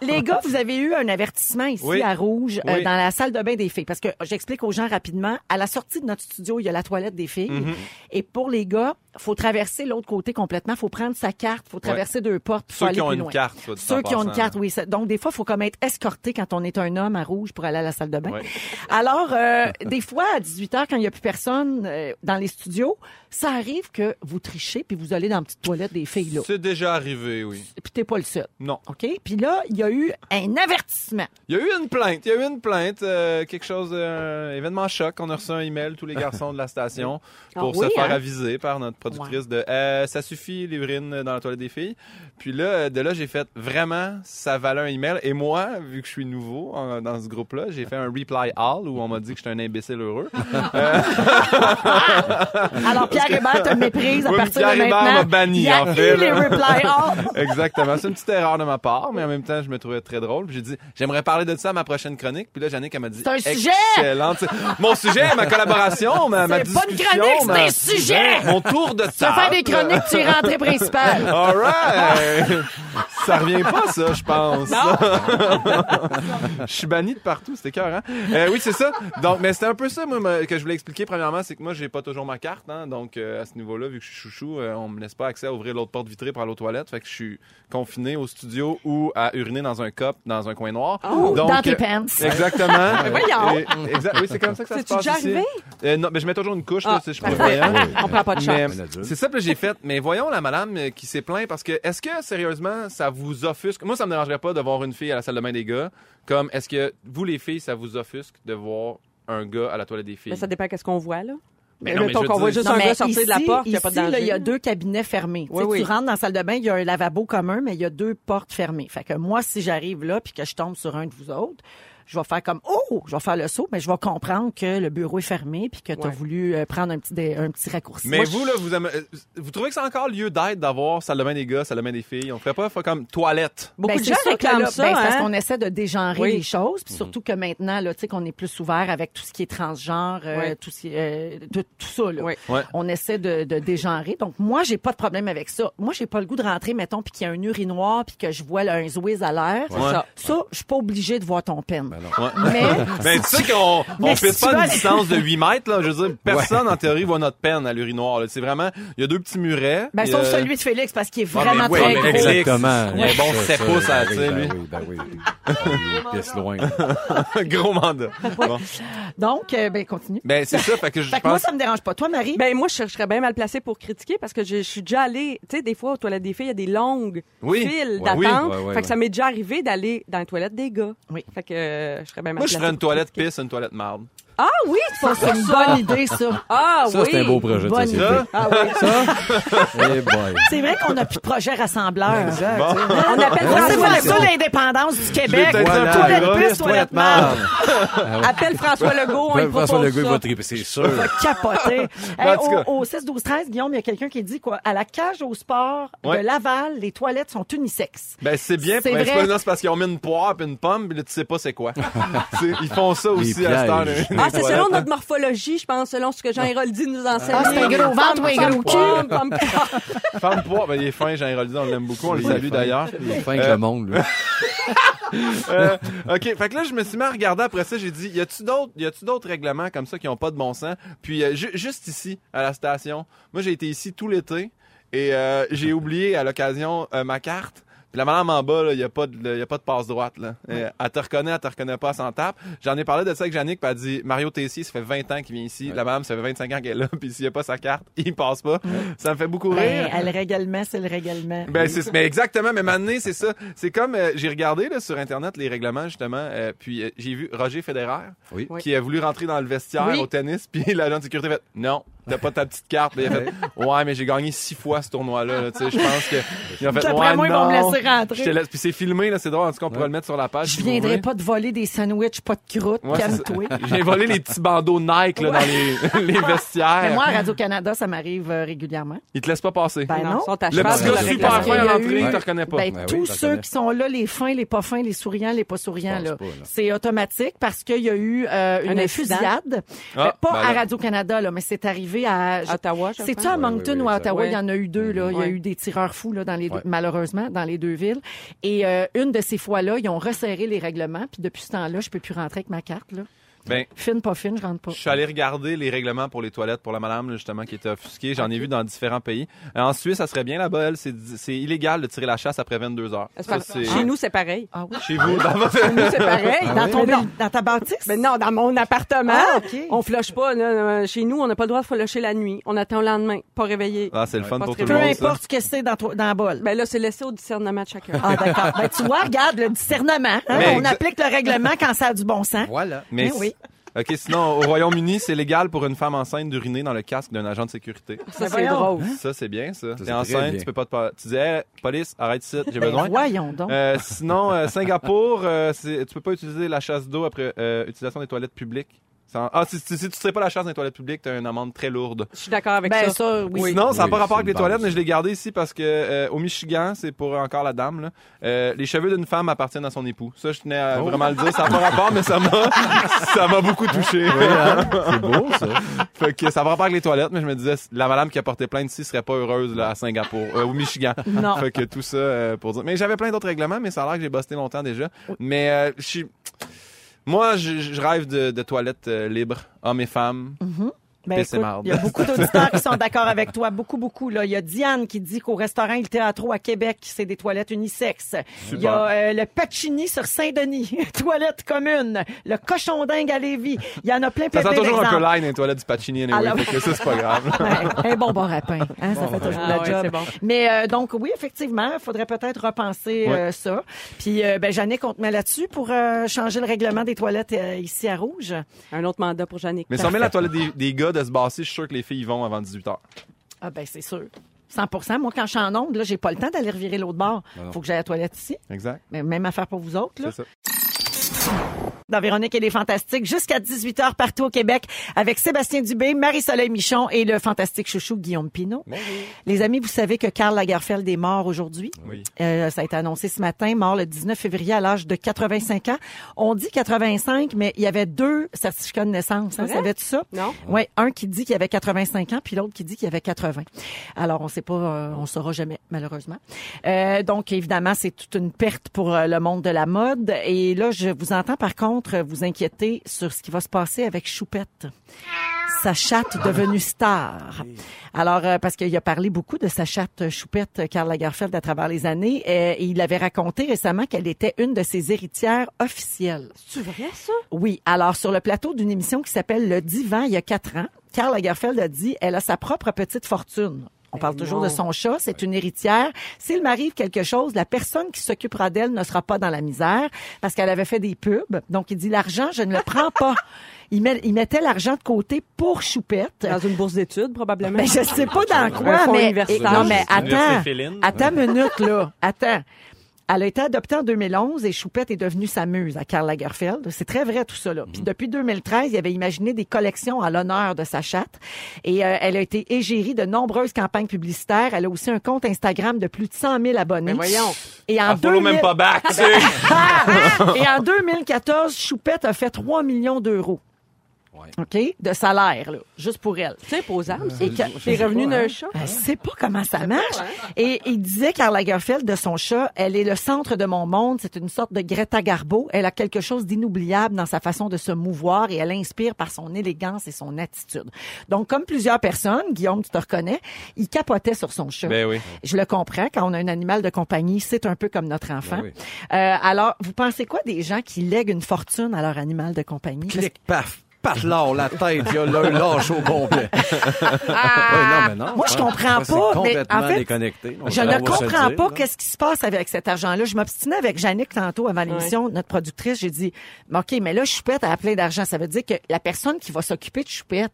Speaker 1: Les gars, vous avez eu un avertissement ici
Speaker 4: Oui.
Speaker 1: à Rouge euh,
Speaker 4: Oui.
Speaker 1: dans la salle de bain des filles. Parce que j'explique aux gens rapidement, à la sortie de notre studio, il y a la toilette des filles.
Speaker 4: Mhm.
Speaker 1: Et pour les gars, faut traverser l'autre côté complètement. faut prendre sa carte, faut traverser deux portes. Faut
Speaker 4: Ceux
Speaker 1: aller
Speaker 4: qui ont
Speaker 1: plus
Speaker 4: une
Speaker 1: loin.
Speaker 4: carte, soit dit en
Speaker 1: Ceux qui ont une
Speaker 4: passant,
Speaker 1: carte,
Speaker 4: là.
Speaker 1: oui. ça- Donc, des fois, faut comme être escorté quand on est un homme à Rouge pour aller à la salle de bain.
Speaker 4: Ouais.
Speaker 1: Alors, euh, des fois, à 18 h quand il n'y a plus personne euh, dans les studios, ça arrive que vous trichez puis vous allez dans la petite toilette des filles, là.
Speaker 4: C'est déjà arrivé, oui.
Speaker 1: Puis t'es pas le seul.
Speaker 4: Non.
Speaker 1: OK? Puis là, il y a eu un avertissement.
Speaker 4: Il y a eu une plainte. Il y a eu une plainte. euh, quelque chose, euh, événement choc. On a reçu un email, tous les garçons de la station, pour
Speaker 3: Ah
Speaker 4: se
Speaker 3: oui,
Speaker 4: faire
Speaker 3: hein?
Speaker 4: aviser par notre productrice de Euh, Ça suffit, l'urine dans la toilette des filles. Puis là, euh, de là, j'ai fait vraiment, ça valait un email. Et moi, vu que je suis nouveau en- dans ce groupe-là, j'ai fait un reply all où on m'a dit que j'étais un imbécile heureux.
Speaker 1: Alors, Pierre Hébert te méprise à
Speaker 4: Oui,
Speaker 1: partir de
Speaker 4: Pierre Hébert
Speaker 1: maintenant.
Speaker 4: m'a banni,
Speaker 1: Il a
Speaker 4: en fait,
Speaker 1: eu les Ah,
Speaker 4: là.
Speaker 1: reply all.
Speaker 4: Exactement. C'est une petite erreur de ma part, mais en même temps, je me trouvais très drôle. Puis j'ai dit, j'aimerais parler de ça à ma prochaine chronique. Puis là, Jannick, elle m'a dit,
Speaker 1: C'est un sujet!
Speaker 4: excellent. Tu sais, Mon sujet, ma collaboration, ma, ma
Speaker 1: C'est pas une
Speaker 4: discussion.
Speaker 1: chronique,
Speaker 4: ma-
Speaker 1: c'est un sujet!
Speaker 4: Mon tour de table.
Speaker 1: Tu vas faire des chroniques, tu es rentré principal.
Speaker 4: All right. Ça revient pas, ça, je pense.
Speaker 3: Non.
Speaker 4: Je suis banni de partout, c'était cœur, hein? Euh, oui, c'est ça. Donc, mais c'était un peu ça, moi, me- que je voulais expliquer. Premièrement, c'est que moi, j'ai pas toujours ma carte, hein. Donc, euh, à ce niveau-là, vu que je suis chouchou, euh, on me laisse pas accès à ouvrir l'autre porte vitrée pour aller aux toilettes. Fait que je suis confiné au studio ou à uriner dans un cop, dans un coin noir. Donc,
Speaker 1: Oh, Dans tes
Speaker 4: euh,
Speaker 1: pants.
Speaker 4: Exactement.
Speaker 3: voyons.
Speaker 4: Et- exa- oui, c'est comme ça que ça se
Speaker 3: C'est-tu
Speaker 4: passe.
Speaker 3: déjà
Speaker 4: ici.
Speaker 3: arrivé?
Speaker 4: Euh, non, mais je mets toujours une couche, là,
Speaker 3: Ah,
Speaker 4: si je suis pas
Speaker 3: parfait.
Speaker 4: voyant.
Speaker 3: On prend pas de
Speaker 4: Mais
Speaker 3: chance.
Speaker 2: Un adulte.
Speaker 4: c'est ça que j'ai fait. Mais voyons la madame euh, qui s'est plainte parce que est-ce que sérieusement ça vous offusque Moi ça me dérangerait pas de voir une fille à la salle de bain des gars. Comme est-ce que vous les filles ça vous offusque de voir un gars à la toilette des filles
Speaker 3: Mais Ben, ça dépend qu'est-ce qu'on voit,
Speaker 1: Ben,
Speaker 3: là.
Speaker 4: Mais non, mais
Speaker 3: Mettons
Speaker 4: je veux
Speaker 3: qu'on voit
Speaker 4: dire-
Speaker 3: juste
Speaker 1: Non,
Speaker 3: un
Speaker 1: mais
Speaker 3: gars sortir de la
Speaker 1: ici-
Speaker 3: porte, il n'y a pas de
Speaker 1: ici, là,
Speaker 3: danger.
Speaker 1: il y a deux cabinets fermés.
Speaker 3: Oui,
Speaker 1: Tu sais,
Speaker 3: oui.
Speaker 1: Tu rentres dans la salle de bain, il y a un lavabo commun, mais il y a deux portes fermées. Fait que moi, si j'arrive là puis que je tombe sur un de vous autres, je vais faire comme oh, je vais faire le saut, mais je vais comprendre que le bureau est fermé puis que tu as
Speaker 3: Ouais.
Speaker 1: voulu euh, prendre un petit dé- un petit raccourci.
Speaker 4: Mais
Speaker 1: Moi,
Speaker 4: vous là vous aimez- euh, vous trouvez que c'est encore lieu d'être d'avoir salle de bain des gars, salle de bain des filles On ferait pas faut comme toilette.
Speaker 3: Beaucoup
Speaker 1: Ben,
Speaker 3: de
Speaker 1: c'est
Speaker 3: gens
Speaker 1: sûr que
Speaker 3: réclament
Speaker 1: là,
Speaker 3: ça,
Speaker 1: ben, c'est parce
Speaker 3: hein.
Speaker 1: qu'on essaie de dégenrer
Speaker 3: Oui.
Speaker 1: les choses, puis surtout que maintenant, là, tu sais, qu'on est plus ouvert avec tout ce qui est transgenre, euh,
Speaker 3: Oui.
Speaker 1: tout, ce qui est, euh, de- tout ça, là.
Speaker 3: Oui.
Speaker 4: Ouais.
Speaker 1: On essaie de, de dégenrer. Donc, moi, j'ai pas de problème avec ça. Moi, j'ai pas le goût de rentrer, mettons, puis qu'il y a un urinoir, puis que je vois là, un zouiz à l'air.
Speaker 4: Ouais.
Speaker 3: Ça.
Speaker 1: Ça, je suis pas obligée de voir ton peine.
Speaker 4: Ouais.
Speaker 1: Mais,
Speaker 4: Mais Ben, tu sais qu'on on
Speaker 1: Mais si
Speaker 4: fait
Speaker 1: tu vas
Speaker 4: pas une
Speaker 1: aller-
Speaker 4: distance de 8 mètres là, je veux dire personne en théorie voit notre peine à l'urinoir. là. C'est vraiment il y a deux petits murets.
Speaker 1: ben,
Speaker 4: puis,
Speaker 1: sauf
Speaker 4: euh,
Speaker 1: celui de Félix, parce qu'il est
Speaker 4: Ah,
Speaker 1: vraiment
Speaker 4: mais oui,
Speaker 1: très
Speaker 4: mais
Speaker 1: gros.
Speaker 4: Félix,
Speaker 2: Exactement.
Speaker 4: Mais bon,
Speaker 2: Ça,
Speaker 4: c'était
Speaker 2: ça,
Speaker 4: pas ça,
Speaker 2: ben
Speaker 4: tu
Speaker 2: oui,
Speaker 4: sais,
Speaker 2: ben
Speaker 4: lui.
Speaker 2: oui, ben oui. Il pisse loin.
Speaker 4: gros mandat. Bon.
Speaker 1: Donc, euh, ben, continue.
Speaker 4: Ben c'est ça, fait que je
Speaker 1: Fait que moi,
Speaker 4: pense.
Speaker 1: ça me dérange pas. Toi, Marie?
Speaker 3: Ben moi, je, je serais bien mal placée pour critiquer parce que je, je suis déjà allée, tu sais, des fois aux toilettes des filles, il y a des longues
Speaker 4: Oui.
Speaker 3: files
Speaker 4: Ouais.
Speaker 3: d'attente.
Speaker 4: Oui.
Speaker 2: Ouais, ouais,
Speaker 3: fait
Speaker 2: ouais.
Speaker 3: que ça m'est déjà arrivé d'aller dans les toilettes des gars.
Speaker 1: Oui.
Speaker 3: Fait que euh, je serais bien mal
Speaker 4: Moi, je
Speaker 3: placée
Speaker 4: ferais une
Speaker 3: pour
Speaker 4: toilette
Speaker 3: critiquer.
Speaker 4: pisse, une toilette marde.
Speaker 3: Ah oui, tu
Speaker 1: ça,
Speaker 3: penses
Speaker 1: c'est une bonne idée, ça.
Speaker 3: Ah
Speaker 2: Ça,
Speaker 3: oui.
Speaker 2: c'est un beau projet de
Speaker 1: Bonne
Speaker 2: société.
Speaker 4: Ça,
Speaker 3: Ah oui.
Speaker 2: Eh boy.
Speaker 1: C'est vrai qu'on a plus de projet rassembleur.
Speaker 4: bon.
Speaker 3: On appelle
Speaker 1: Ça, Ben, C'est
Speaker 3: François,
Speaker 1: voilà ça l'indépendance du Québec.
Speaker 4: peut-être
Speaker 1: Voilà.
Speaker 4: un peu
Speaker 1: Toilette
Speaker 4: agressif,
Speaker 1: plus, toilette marde.
Speaker 3: appelle François Legault, on lui propose
Speaker 2: Ah François Legault, il
Speaker 3: ça.
Speaker 2: va triper, c'est sûr.
Speaker 1: On va capoter. Hey,
Speaker 4: En tout cas.
Speaker 1: au, au 6 12 13 Guillaume, il y a quelqu'un qui dit quoi à la cage au sport
Speaker 4: Ouais.
Speaker 1: de Laval, les toilettes sont unisexes.
Speaker 4: Ben, c'est bien.
Speaker 1: C'est
Speaker 4: Ben,
Speaker 1: vrai.
Speaker 4: pas- non, c'est parce qu'ils ont mis une poire puis une pomme, puis là, tu sais pas c'est quoi. C'est- ils font ça aussi à cette heure.
Speaker 2: pièges.
Speaker 4: là.
Speaker 3: Ah, c'est selon notre morphologie, je pense, selon ce que Jean-Héroldi nous enseigne.
Speaker 1: Ah, c'est un gros ventre ou un gros cul?
Speaker 3: Pomme, pomme, pomme.
Speaker 4: Femme poire, ben, il est fin, Jean-Héroldi, on l'aime beaucoup, on le
Speaker 2: Oui, il
Speaker 4: salue
Speaker 2: est fin.
Speaker 4: d'ailleurs.
Speaker 2: Il est fin que le monde, lui.
Speaker 4: Euh, OK, fait que là, je me suis mis à regarder après ça, j'ai dit, y a-tu d'autres, y a-tu d'autres règlements comme ça qui ont pas de bon sens? Puis, euh, ju- juste ici, à la station, moi, j'ai été ici tout l'été et euh, j'ai oublié à l'occasion euh, ma carte. Puis la madame en bas, il n'y a, pas de- y a pas de passe droite. Là. Euh, elle te reconnaît, elle te reconnaît pas, elle s'en tape. J'en ai parlé de ça avec Yannick, puis elle dit Mario Tessier, ça fait 20 ans qu'il vient ici. La madame, ça fait 25 ans qu'elle est là, puis s'il n'y a pas sa carte, il passe pas. Ça me fait beaucoup rire.
Speaker 1: Ben, le règlement, c'est le règlement.
Speaker 4: Ben, c'est, mais exactement, mais maintenant, c'est ça. C'est comme, euh, j'ai regardé là, sur Internet les règlements, justement, euh, puis euh, j'ai vu Roger Federer
Speaker 2: Oui.
Speaker 4: qui a voulu rentrer dans le vestiaire
Speaker 1: Oui.
Speaker 4: au tennis, puis l'agent de sécurité a fait « Non, t'as pas ta petite carte. » Puis il a fait « Ouais, mais j'ai gagné six fois ce tournoi-là. là. » Tu sais, je pense que... Il a fait «
Speaker 1: D'après
Speaker 4: Ben, Ouais,
Speaker 1: moi, ils
Speaker 4: non.
Speaker 1: vont me laisser
Speaker 4: Je te
Speaker 1: rentrer.
Speaker 4: laisse. Puis c'est filmé, là, c'est drôle. En tout cas, on pourrait le mettre sur la page.
Speaker 1: Je
Speaker 4: si vous
Speaker 1: viendrai
Speaker 4: voulez.
Speaker 1: pas te voler des sandwichs, pas de croûte,
Speaker 4: Ouais,
Speaker 1: calme-toi.
Speaker 4: J'ai volé les petits bandeaux Nike là, dans les, les vestiaires.
Speaker 1: Mais moi, à Radio-Canada, ça m'arrive euh, régulièrement.
Speaker 4: Ils te laissent pas passer.
Speaker 1: Ben
Speaker 3: Ah,
Speaker 1: non.
Speaker 3: Ils sont à
Speaker 4: le
Speaker 3: cheval
Speaker 4: petit
Speaker 3: sur
Speaker 4: gars
Speaker 3: le
Speaker 4: super
Speaker 1: règlement.
Speaker 4: fin
Speaker 1: Il
Speaker 4: à
Speaker 1: y a
Speaker 4: l'entrée,
Speaker 1: eu-
Speaker 4: il te reconnaît pas.
Speaker 1: Ben,
Speaker 2: Ben oui,
Speaker 1: tous
Speaker 2: je la
Speaker 1: ceux
Speaker 2: connais.
Speaker 1: qui sont là, les fins, les pas fins, les souriants, les pas souriants,
Speaker 2: Je
Speaker 1: là,
Speaker 2: pense pas, là.
Speaker 1: c'est automatique parce qu'il y a eu euh,
Speaker 3: Un
Speaker 1: une
Speaker 3: incident.
Speaker 1: fusillade.
Speaker 4: Ah,
Speaker 1: Euh, pas
Speaker 4: ben
Speaker 1: à
Speaker 4: là.
Speaker 1: Radio-Canada, là, mais c'est arrivé à... je-
Speaker 3: Ottawa, Ah, je
Speaker 1: C'est-tu
Speaker 3: pense.
Speaker 1: à
Speaker 2: Oui,
Speaker 1: Moncton
Speaker 2: oui, oui,
Speaker 1: ou à
Speaker 2: exact.
Speaker 1: Ottawa? Il y en a eu deux, là. Il y a
Speaker 3: Ouais.
Speaker 1: eu des tireurs fous, là, dans les deux,
Speaker 2: Ouais.
Speaker 1: malheureusement, dans les deux villes. Et euh, une de ces fois-là, ils ont resserré les règlements. Puis depuis ce temps-là, je peux plus rentrer avec ma carte, là.
Speaker 4: Ben,
Speaker 1: Fine, pas fine, je rentre pas.
Speaker 4: Je suis allé regarder les règlements pour les toilettes pour la madame, là, justement, qui était offusquée. J'en ai vu dans différents pays. Euh, en Suisse, ça serait bien là-bas, elle. C'est c'est illégal de tirer la chasse après 22 heures.
Speaker 3: C'est
Speaker 4: Ça,
Speaker 3: par-
Speaker 4: c'est-
Speaker 3: Chez nous, c'est pareil.
Speaker 1: Ah oui?
Speaker 4: Chez vous, dans votre...
Speaker 3: Chez nous, c'est pareil.
Speaker 1: Dans, ton,
Speaker 3: Ah Mais non.
Speaker 1: dans ta bâtisse?
Speaker 3: Mais non, dans mon appartement,
Speaker 1: Ah, OK.
Speaker 3: on floche pas. non, non, chez nous, on n'a pas le droit de flusher la nuit. On attend le lendemain, pas réveillé.
Speaker 4: Ah, c'est le fun
Speaker 3: Pas
Speaker 4: pour tout
Speaker 3: très
Speaker 4: le
Speaker 1: Peu
Speaker 3: bon,
Speaker 4: monde, ça.
Speaker 1: importe ce que c'est dans, toi- dans la bolle.
Speaker 3: Ben là, c'est laissé au discernement de chacun.
Speaker 1: Ah, d'accord. Ben, tu vois, regarde, le discernement. hein,
Speaker 4: Mais
Speaker 1: on
Speaker 4: exa-
Speaker 1: applique le règlement quand ça a du bon sens.
Speaker 2: Voilà.
Speaker 4: Mais
Speaker 1: Mais oui.
Speaker 4: OK, sinon, au Royaume-Uni, c'est légal pour une femme enceinte d'uriner dans le casque d'un agent de sécurité.
Speaker 3: ça, c'est
Speaker 1: ben voyons.
Speaker 3: drôle.
Speaker 4: Ça, c'est bien, ça.
Speaker 2: c'est
Speaker 4: T'es
Speaker 2: très
Speaker 4: enceinte,
Speaker 2: bien.
Speaker 4: tu peux pas te... par- Tu dis, Hey, police, arrête ici, j'ai
Speaker 1: Ben,
Speaker 4: besoin.
Speaker 1: voyons donc.
Speaker 4: Euh, sinon, euh, Singapour, euh, c'est- tu peux pas utiliser la chasse d'eau après euh, utilisation des toilettes publiques. Ça- Ah, si, si- si tu ne pas la chasse dans les toilettes publiques, tu as une amende très lourde.
Speaker 3: Je suis d'accord avec
Speaker 1: Ben,
Speaker 3: ça.
Speaker 1: ça, oui.
Speaker 4: Sinon, ça n'a
Speaker 2: Oui,
Speaker 4: pas rapport
Speaker 2: c'est
Speaker 4: avec les
Speaker 2: une
Speaker 4: toilettes,
Speaker 2: base.
Speaker 4: mais je l'ai gardé ici parce que euh, au Michigan, c'est pour encore la dame, là, euh, les cheveux d'une femme appartiennent à son époux. Ça, je tenais à
Speaker 2: Oh.
Speaker 4: vraiment le dire. Ça n'a pas rapport, mais ça m'a, ça m'a beaucoup touché.
Speaker 2: hein. C'est beau, ça.
Speaker 4: fait que ça n'a pas rapport avec les toilettes, mais je me disais, la madame qui a porté plainte ici serait pas heureuse là, à Singapour, euh, au Michigan.
Speaker 1: Non.
Speaker 4: Fait que tout ça euh, pour dire. Mais j'avais plein d'autres règlements, mais ça a l'air que j'ai bossé longtemps déjà. Mais euh, je suis. Moi, je, je rêve de, de toilettes euh, libres, hommes et femmes.
Speaker 1: Ben,
Speaker 4: Pisse et
Speaker 1: écoute,
Speaker 4: marde.
Speaker 1: il y a beaucoup d'auditeurs qui sont d'accord avec toi, beaucoup, beaucoup. Là. Il y a Diane qui dit qu'au restaurant Il Teatro à Québec, c'est des toilettes unisexes. Il y a euh, le Pacini sur Saint-Denis, toilette commune, le cochon dingue à Lévis. Il y en a plein, plein,
Speaker 4: Ça sent
Speaker 1: plein
Speaker 4: toujours un peu
Speaker 1: d'exemples.
Speaker 4: line, les toilettes du Pacini, anyway,
Speaker 1: Alors-
Speaker 4: fait que ça, c'est pas grave.
Speaker 1: Ouais, un bon bon rapin, hein, ça fait toujours
Speaker 3: Ah
Speaker 1: le
Speaker 3: ouais,
Speaker 1: job.
Speaker 3: c'est bon.
Speaker 1: Mais euh, donc oui, effectivement, il faudrait peut-être repenser
Speaker 4: Ouais.
Speaker 1: euh, ça. Puis euh, ben Jannick, on te met là-dessus pour euh, changer le règlement des toilettes euh, ici à Rouge.
Speaker 3: Un autre mandat pour Jannick.
Speaker 4: Mais si on met la toilette des, des gars de se basser, je suis sûr que les filles y vont avant 18h.
Speaker 1: Ah ben c'est sûr. 100 Moi, quand je suis en onde, là, j'ai pas le temps d'aller revirer l'autre bord. Faut que j'aille à la toilette ici.
Speaker 4: Exact.
Speaker 1: Mais même affaire pour vous autres. Là. Ben
Speaker 4: C'est ça.
Speaker 1: Dans Véronique et les Fantastiques, jusqu'à 18h partout au Québec, avec Sébastien Dubé, Marie-Soleil Michon et le fantastique chouchou Guillaume Pinault. Les amis, vous savez que Karl Lagerfeld est mort aujourd'hui.
Speaker 4: Oui.
Speaker 1: Euh, ça a été annoncé ce matin, mort le 19 février à l'âge de 85 ans. On dit 85, mais il y avait deux certificats de naissance. Hein,
Speaker 3: Vrai?
Speaker 1: Savais-tu ça?
Speaker 3: Non.
Speaker 1: Ouais, un qui dit qu'il avait 85 ans, puis l'autre qui dit qu'il avait 80. Alors, on sait pas, euh, on saura jamais, malheureusement. Euh, donc, évidemment, c'est toute une perte pour euh, le monde de la mode. Et là, je vous entends, par contre, euh, vous inquiéter sur ce qui va se passer avec Choupette. Sa chatte devenue star. Alors, euh, parce qu'il a parlé beaucoup de sa chatte euh, Choupette, euh, Karl Lagerfeld, à travers les années. euh, et il avait raconté récemment qu'elle était une de ses héritières officielles.
Speaker 3: C'est vrai, ça?
Speaker 1: Oui. Alors, sur le plateau d'une émission qui s'appelle Le Divan, il y a quatre ans, Karl Lagerfeld a dit elle a sa propre petite fortune. On parle toujours
Speaker 3: Ben non.
Speaker 1: de son chat, c'est une héritière. S'il m'arrive quelque chose, la personne qui s'occupera d'elle ne sera pas dans la misère parce qu'elle avait fait des pubs. Donc, il dit l'argent, je ne le prends pas. Il, met- il mettait l'argent de côté pour Choupette.
Speaker 3: Dans une bourse d'études, probablement.
Speaker 1: Ben, je sais pas dans quoi,
Speaker 3: fonds
Speaker 1: mais,
Speaker 3: universitaire.
Speaker 1: non, mais attends,
Speaker 5: Université féline.
Speaker 1: attends une minute, là. Attends. Elle a été adoptée en 2011 et Choupette est devenue sa muse à Karl Lagerfeld. C'est très vrai tout ça. Là.
Speaker 5: Mm.
Speaker 1: Puis depuis 2013, il avait imaginé des collections à l'honneur de sa chatte et euh, elle a été égérie de nombreuses campagnes publicitaires. Elle a aussi un compte Instagram de plus de 100 000 abonnés.
Speaker 3: Mais voyons.
Speaker 1: Et en
Speaker 5: Elle follow
Speaker 1: 2000
Speaker 5: même pas back, tu sais.
Speaker 1: ah! et en 2014, Choupette a fait 3 millions d'euros.
Speaker 2: Ouais.
Speaker 1: OK? De salaire, là, juste pour elle.
Speaker 3: C'est imposable, ça.
Speaker 1: Et
Speaker 4: Ah,
Speaker 1: que-
Speaker 3: Les revenus d'un chat.
Speaker 1: Ben, je sais pas hein? comment ça marche. Et il disait, Karl Lagerfeld, de son chat, elle est le centre de mon monde. C'est une sorte de Greta Garbo. Elle a quelque chose d'inoubliable dans sa façon de se mouvoir et elle inspire par son élégance et son attitude. Donc, comme plusieurs personnes, Guillaume, tu te reconnais, il capotait sur son chat.
Speaker 4: Ben oui.
Speaker 1: Je le comprends. Quand on a un animal de compagnie, c'est un peu comme notre enfant.
Speaker 2: Ben oui.
Speaker 1: Euh, alors, vous pensez quoi des gens qui lèguent une fortune à leur animal de compagnie?
Speaker 2: Clic, paf, pat l'or, la tête, il y a l'un lâche au complet. Ouais, non, mais non.
Speaker 1: Moi, je
Speaker 2: hein.
Speaker 1: comprends
Speaker 2: Ça, c'est
Speaker 1: pas, mais
Speaker 2: complètement
Speaker 1: en fait,
Speaker 2: déconnecté. On
Speaker 1: Je
Speaker 2: va-
Speaker 1: ne
Speaker 2: on va se le
Speaker 1: comprends
Speaker 2: dire,
Speaker 1: pas
Speaker 2: là.
Speaker 1: qu'est-ce qui se passe avec cet argent-là. Je m'obstinais avec Jannick tantôt avant l'émission, notre productrice. J'ai dit, Mais OK, mais là, Choupette a plein d'argent. Ça veut dire que la personne qui va s'occuper de Choupette,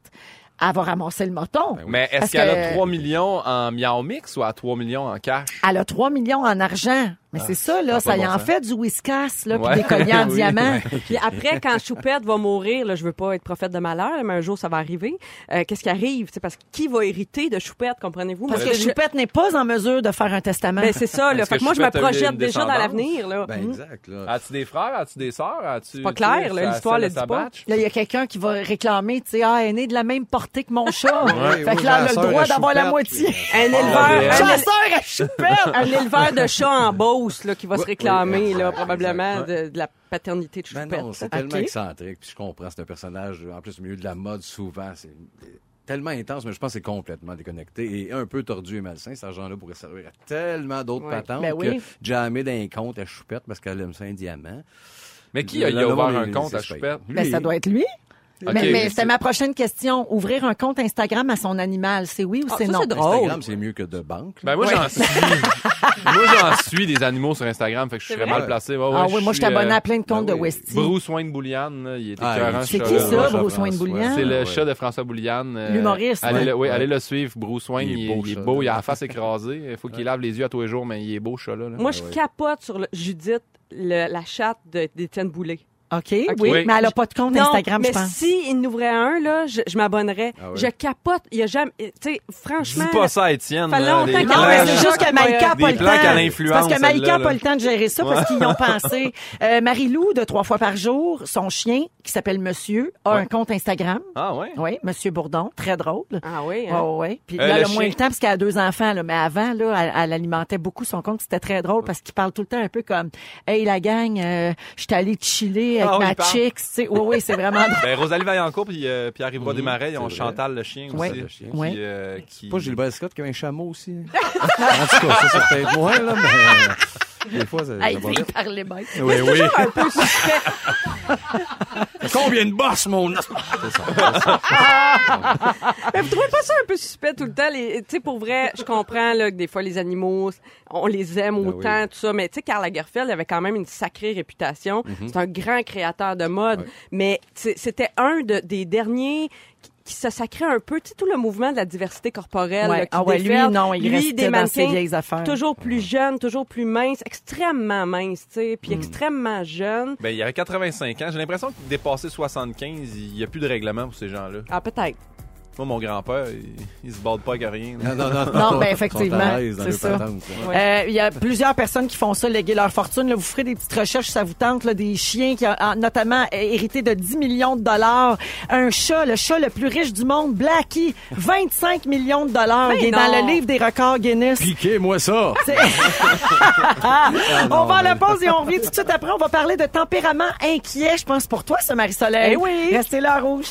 Speaker 1: elle va ramasser le moton.
Speaker 4: Ben Mais est-ce
Speaker 1: Parce
Speaker 4: qu'elle
Speaker 1: que-
Speaker 4: a 3 millions en Miao Mix ou à 3 millions en cash?
Speaker 1: Elle a 3 millions en argent. Mais c'est ça, là.
Speaker 4: Ah,
Speaker 1: Ça
Speaker 4: ça a pas
Speaker 1: y
Speaker 4: bon
Speaker 1: en
Speaker 4: sens.
Speaker 1: fait du whiskas, là, puis
Speaker 4: Ouais.
Speaker 1: des colliers en
Speaker 4: Oui.
Speaker 1: diamant.
Speaker 3: Puis après, quand Choupette va mourir, là, je veux pas être prophète de malheur, mais un jour, ça va arriver. Euh, Qu'est-ce qui arrive? C'est parce que qui va hériter de Choupette, comprenez-vous?
Speaker 1: Parce
Speaker 3: Moi,
Speaker 1: que
Speaker 3: je-
Speaker 1: Choupette n'est pas en mesure de faire un testament.
Speaker 3: Ben, c'est ça, là.
Speaker 4: Est-ce
Speaker 3: Fait
Speaker 4: que
Speaker 3: que moi, je me
Speaker 4: Choupette a eu une
Speaker 3: projette déjà dans
Speaker 4: descendance?
Speaker 3: l'avenir, là.
Speaker 2: Ben, exact,
Speaker 1: Ah,
Speaker 2: là.
Speaker 4: As-tu des frères? As-tu des sœurs? As-tu.
Speaker 3: pas clair,
Speaker 4: tu sais,
Speaker 3: là,
Speaker 4: ça-
Speaker 3: l'histoire
Speaker 4: celle
Speaker 3: le
Speaker 4: de sa
Speaker 3: dit pas.
Speaker 4: batch?
Speaker 1: Là, il y a quelqu'un qui va réclamer, tu sais, ah, elle est née de la même portée que mon chat.
Speaker 2: Ouais,
Speaker 1: fait
Speaker 2: oui,
Speaker 1: que là, elle a
Speaker 2: la
Speaker 1: le
Speaker 2: sœur
Speaker 1: droit
Speaker 2: à
Speaker 1: d'avoir la
Speaker 2: Choupette.
Speaker 1: moitié.
Speaker 3: Un
Speaker 4: Ah,
Speaker 3: éleveur,
Speaker 4: bien.
Speaker 3: un, éle-
Speaker 1: Chasseur à Choupette!
Speaker 3: un éleveur de chats en Beauce, là, qui va se réclamer, là,
Speaker 2: exact,
Speaker 3: probablement,
Speaker 2: exact,
Speaker 3: de, de la paternité de Choupette.
Speaker 2: Ben non, c'est
Speaker 3: là.
Speaker 2: tellement
Speaker 1: Ok.
Speaker 2: excentrique, puis je comprends, c'est un personnage, en plus, au milieu de la mode, souvent, c'est tellement intense, mais je pense que c'est complètement déconnecté et un peu tordu et malsain. Cet argent-là pourrait servir à tellement d'autres
Speaker 3: Ouais.
Speaker 2: patentes
Speaker 1: Ben oui.
Speaker 2: que jamais d'un compte à Choupette parce qu'elle aime ça un diamant.
Speaker 4: Mais qui a,
Speaker 2: Le-
Speaker 4: il a
Speaker 2: le-
Speaker 4: ouvert
Speaker 2: le-
Speaker 4: un
Speaker 2: les-
Speaker 4: compte
Speaker 2: les
Speaker 4: à
Speaker 2: espèces.
Speaker 4: Choupette?
Speaker 2: Lui,
Speaker 1: Ben, ça doit être lui.
Speaker 4: Ok,
Speaker 1: mais mais
Speaker 4: mais
Speaker 1: c'était
Speaker 4: c'est-
Speaker 1: ma prochaine question. Ouvrir un compte Instagram à son animal, c'est oui ou
Speaker 3: Ah,
Speaker 1: c'est
Speaker 3: ça,
Speaker 1: non?
Speaker 3: c'est drôle.
Speaker 2: Instagram, c'est mieux que de banque. là.
Speaker 4: Ben moi j'en suis. moi j'en suis des animaux sur Instagram, fait que je serais
Speaker 3: vrai?
Speaker 4: mal placé. Ouais, ouais,
Speaker 1: Ah oui, moi, je suis abonné
Speaker 4: euh,
Speaker 1: à plein de comptes de
Speaker 2: ben oui.
Speaker 1: Westy.
Speaker 4: Bruce Wayne Bouliane, là, il est
Speaker 2: Ah,
Speaker 4: écœurant.
Speaker 2: il-
Speaker 4: ce
Speaker 1: C'est
Speaker 4: chat-là.
Speaker 1: qui ça,
Speaker 2: Ouais,
Speaker 1: Bruce
Speaker 2: Jean-François.
Speaker 1: Wayne Boulian?
Speaker 4: C'est le
Speaker 2: Ouais.
Speaker 4: chat de François Bouliane. euh,
Speaker 1: L'humoriste,
Speaker 4: Allez,
Speaker 1: ouais.
Speaker 4: le, oui,
Speaker 2: Ouais.
Speaker 4: allez le suivre, Bruce Wayne.
Speaker 2: Il est
Speaker 4: Il est,
Speaker 2: beau,
Speaker 4: il est
Speaker 2: chat,
Speaker 4: beau,
Speaker 2: là.
Speaker 4: il a la face écrasée. Il faut qu'il lave les yeux à tous les jours, mais il est beau, chat, là. là.
Speaker 3: Moi, je capote sur le- Judith, le- la chatte de- d'Étienne Boulay.
Speaker 1: OK, oui,
Speaker 2: Oui.
Speaker 1: mais elle n'a pas de compte
Speaker 3: Non,
Speaker 1: Instagram,
Speaker 3: mais
Speaker 1: je pense.
Speaker 3: si il n'ouvrait un, là, je, je m'abonnerais.
Speaker 2: Ah ouais?
Speaker 3: Je capote. Il y a jamais. Tu sais, franchement.
Speaker 4: Dis pas ça à Étienne.
Speaker 3: Fait
Speaker 4: là,
Speaker 3: longtemps
Speaker 4: les
Speaker 3: qu'elle
Speaker 1: Non,
Speaker 4: plages.
Speaker 1: mais
Speaker 3: Ouais,
Speaker 1: c'est
Speaker 3: je-
Speaker 1: juste que Maïka n'a pas le
Speaker 4: Des
Speaker 1: temps.
Speaker 4: plaques à
Speaker 1: C'est
Speaker 4: l'influence,
Speaker 1: parce que Maïka n'a
Speaker 4: celle-là,
Speaker 1: pas
Speaker 4: là.
Speaker 1: le temps de gérer ça parce qu'ils y ont pensé. Euh, Marie-Lou, de trois fois par jour, son chien, qui s'appelle Monsieur, a un compte Instagram.
Speaker 4: Ah ouais?
Speaker 1: Oui, Monsieur Bourdon, très drôle.
Speaker 3: Ah oui. hein?
Speaker 1: Oh, ouais. Puis
Speaker 4: Euh,
Speaker 1: là,
Speaker 4: le
Speaker 1: elle a moins
Speaker 4: chien-
Speaker 1: le temps parce qu'elle a deux enfants. Là. Mais avant, là, elle, elle alimentait beaucoup son compte. C'était très drôle parce qu'il parle tout le temps un peu comme « Hey, la gang, euh, je suis allé chiller avec
Speaker 4: Ah, oui, il
Speaker 1: ma
Speaker 4: parle.
Speaker 1: chick. » Tu sais, Oui, oui, c'est vraiment drôle.
Speaker 4: Ben, Rosalie Vaillancourt puis euh, Pierre-Yves Desmarais, ils ont
Speaker 2: c'est vrai.
Speaker 4: Chantal le chien aussi.
Speaker 1: Ouais.
Speaker 4: Le chien,
Speaker 1: Ouais.
Speaker 4: qui, euh, qui-
Speaker 2: Pas Gilbert Scott qui avait un chameau aussi. en tout cas, ça, c'est peut-être moins, là, mais euh, des fois, ça, ça
Speaker 1: Hey,
Speaker 2: va
Speaker 1: lui, il
Speaker 2: vite.
Speaker 1: parlait bien.
Speaker 2: Oui, oui. Combien de bosses, mon...
Speaker 3: Mais vous trouvez pas ça un peu suspect tout le temps? les- Tu sais, pour vrai, je comprends là, que des fois, les animaux, on les aime
Speaker 2: Ben
Speaker 3: autant,
Speaker 2: oui.
Speaker 3: tout ça. Mais tu sais, Karl Lagerfeld avait quand même une sacrée réputation.
Speaker 4: Mhm.
Speaker 3: C'est un grand créateur de mode. Mais tu sais, c'était un de- des derniers qui- qui se sacrait un peu, tu sais, tout le mouvement de la diversité corporelle.
Speaker 1: Ouais.
Speaker 3: là, qui
Speaker 1: Ah ouais, lui,
Speaker 3: déferle.
Speaker 1: non, il
Speaker 3: Lui,
Speaker 1: restait
Speaker 3: des
Speaker 1: dans ses
Speaker 3: mannequins
Speaker 1: vieilles affaires.
Speaker 3: Toujours plus jeune, toujours plus mince, extrêmement mince, tu sais,
Speaker 4: Mhm.
Speaker 3: puis extrêmement jeune.
Speaker 4: Ben, il avait 85 ans. J'ai l'impression qu'il dépassé 75. Il n'y a plus de règlement pour ces gens-là.
Speaker 3: Ah, peut-être.
Speaker 4: Moi, mon grand-père, il, il se borde pas avec rien.
Speaker 2: Non, non, non.
Speaker 1: Non, ben,
Speaker 2: Ils sont
Speaker 1: effectivement,
Speaker 2: à l'aise dans
Speaker 1: c'est ça.
Speaker 2: leur patente, là.
Speaker 3: Ouais.
Speaker 1: Euh, Il y a plusieurs personnes qui font ça, léguer leur fortune. là. vous ferez des petites recherches, ça vous tente, là, des chiens qui ont ah, notamment euh, hérité de 10 millions de dollars. Un chat, le chat le plus riche du monde, Blackie, 25 millions de dollars.
Speaker 3: Mais
Speaker 1: Il est
Speaker 3: Ben non.
Speaker 1: dans le livre des records Guinness.
Speaker 2: Piquez-moi ça!
Speaker 1: C'est- on va à la pause et on revient tout de suite après. On va parler de tempérament inquiet, je pense, pour toi, ce Marie-Soleil.
Speaker 3: Eh oui.
Speaker 1: Restez là, Rouge.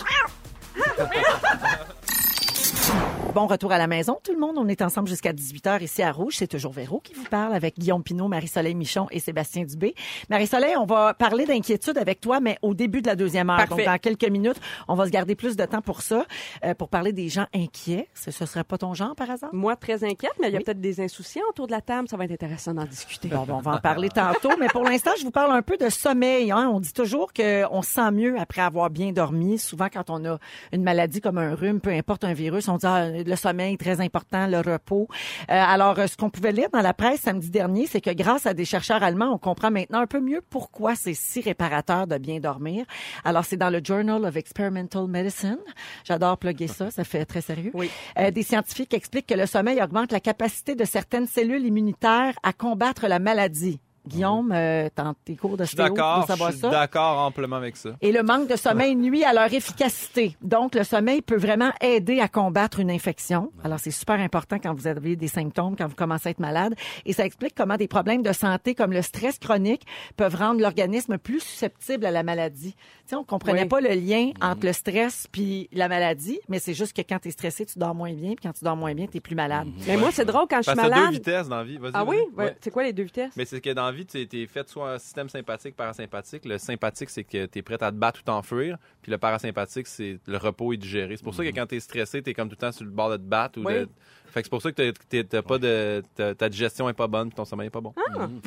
Speaker 1: Bon retour à la maison, tout le monde. On est ensemble jusqu'à 18h ici à Rouge. C'est toujours Véro qui vous parle avec Guillaume Pinot, Marie-Soleil Michon et Sébastien Dubé. Marie-Soleil, on va parler d'inquiétude avec toi, mais au début de la deuxième heure.
Speaker 3: Parfait.
Speaker 1: Donc, dans quelques minutes, on va se garder plus de temps pour ça, euh, pour parler des gens inquiets. Ce ne serait pas ton genre, par hasard?
Speaker 3: Moi, très inquiète, mais il y a
Speaker 1: Oui.
Speaker 3: peut-être des insouciants autour de la table. Ça va être intéressant d'en discuter.
Speaker 1: Bon, ben, on va en parler tantôt, mais pour l'instant, je vous parle un peu de sommeil. hein. On dit toujours qu'on se sent mieux après avoir bien dormi. Souvent, quand on a une maladie comme un rhume, peu importe un virus, on dit ah, le sommeil est très important, le repos. Euh, alors, euh, ce qu'on pouvait lire dans la presse samedi dernier, c'est que grâce à des chercheurs allemands, on comprend maintenant un peu mieux pourquoi c'est si réparateur de bien dormir. Alors, c'est dans le Journal of Experimental Medicine. J'adore plugger ça, ça fait très sérieux.
Speaker 3: Oui.
Speaker 1: Euh, des scientifiques expliquent que le sommeil augmente la capacité de certaines cellules immunitaires à combattre la maladie. Guillaume, euh, dans tes cours de
Speaker 4: Je suis d'accord.
Speaker 1: savoir
Speaker 4: Je suis
Speaker 1: ça.
Speaker 4: d'accord amplement avec ça.
Speaker 1: Et le manque de sommeil nuit à leur efficacité. Donc, le sommeil peut vraiment aider à combattre une infection. Alors, c'est super important quand vous avez des symptômes, quand vous commencez à être malade. Et ça explique comment des problèmes de santé comme le stress chronique peuvent rendre l'organisme plus susceptible à la maladie. Tu sais, on comprenait
Speaker 3: Oui.
Speaker 1: pas le lien entre le stress puis la maladie, mais c'est juste que quand tu es stressé, tu dors moins bien, puis quand tu dors moins bien, tu es plus malade.
Speaker 3: Mais moi, c'est drôle quand je suis
Speaker 4: Parce que t'as deux
Speaker 3: malade.
Speaker 4: vitesses dans la vie. Vas-y,
Speaker 3: Ah oui?
Speaker 4: vas-y.
Speaker 3: Ouais.
Speaker 4: Ouais.
Speaker 3: C'est quoi les deux vitesses?
Speaker 4: Mais c'est que dans la vie, tu es fait soit un système sympathique, parasympathique. Le sympathique, c'est que tu es prêt à te battre ou t'enfuir. Puis le parasympathique, c'est le repos et digérer. C'est pour ça que quand tu es stressé, tu es comme tout le temps sur le bord de te battre. Ou
Speaker 3: Oui.
Speaker 4: de... Fait que c'est pour ça que t'es- t'es- t'as pas de, ta, ta digestion est pas bonne puis ton sommeil est pas bon.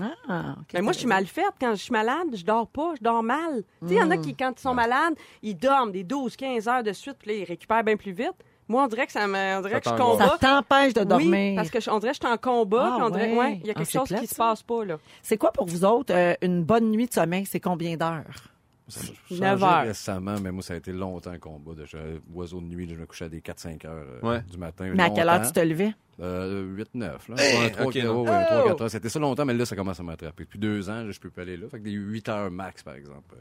Speaker 1: Ah, ok.
Speaker 3: Mais Ben, moi, je suis mal faite. Quand je suis malade, je dors pas, je dors mal. Tu sais, il y
Speaker 4: Mm.
Speaker 3: en a qui, quand ils sont malades, ils dorment des 12, 15 heures de suite, puis là, ils récupèrent bien plus vite. Moi, on dirait que ça me, on dirait
Speaker 4: Ça
Speaker 3: que je
Speaker 4: t'angoisse.
Speaker 3: combat.
Speaker 1: Ça t'empêche de dormir.
Speaker 3: Oui, parce que je, on dirait que je suis en combat,
Speaker 1: Ah,
Speaker 3: puis on dirait,
Speaker 1: ouais.
Speaker 3: ouais, il y a
Speaker 1: Ah,
Speaker 3: quelque
Speaker 1: c'est
Speaker 3: chose
Speaker 1: plate,
Speaker 3: qui se
Speaker 1: ça.
Speaker 3: passe pas, là.
Speaker 1: C'est quoi pour vous autres euh, une bonne nuit de sommeil? C'est combien d'heures?
Speaker 2: Changé
Speaker 3: Neuf heures.
Speaker 2: récemment, mais moi, ça a été longtemps un combat. De je- oiseau de nuit, là, je me couchais à des 4-5 heures euh,
Speaker 4: Ouais.
Speaker 2: du matin.
Speaker 1: Mais à quelle heure tu te levais?
Speaker 2: Euh, 8-9. Là. Ouais, un trois-
Speaker 4: ok,
Speaker 2: ouais,
Speaker 4: non.
Speaker 2: ouais, un trois,
Speaker 3: Oh!
Speaker 2: quatre heures. C'était ça longtemps, mais là, ça commence à m'attraper. Depuis deux ans, là, je peux pas aller là. Fait que des 8 heures max, par exemple.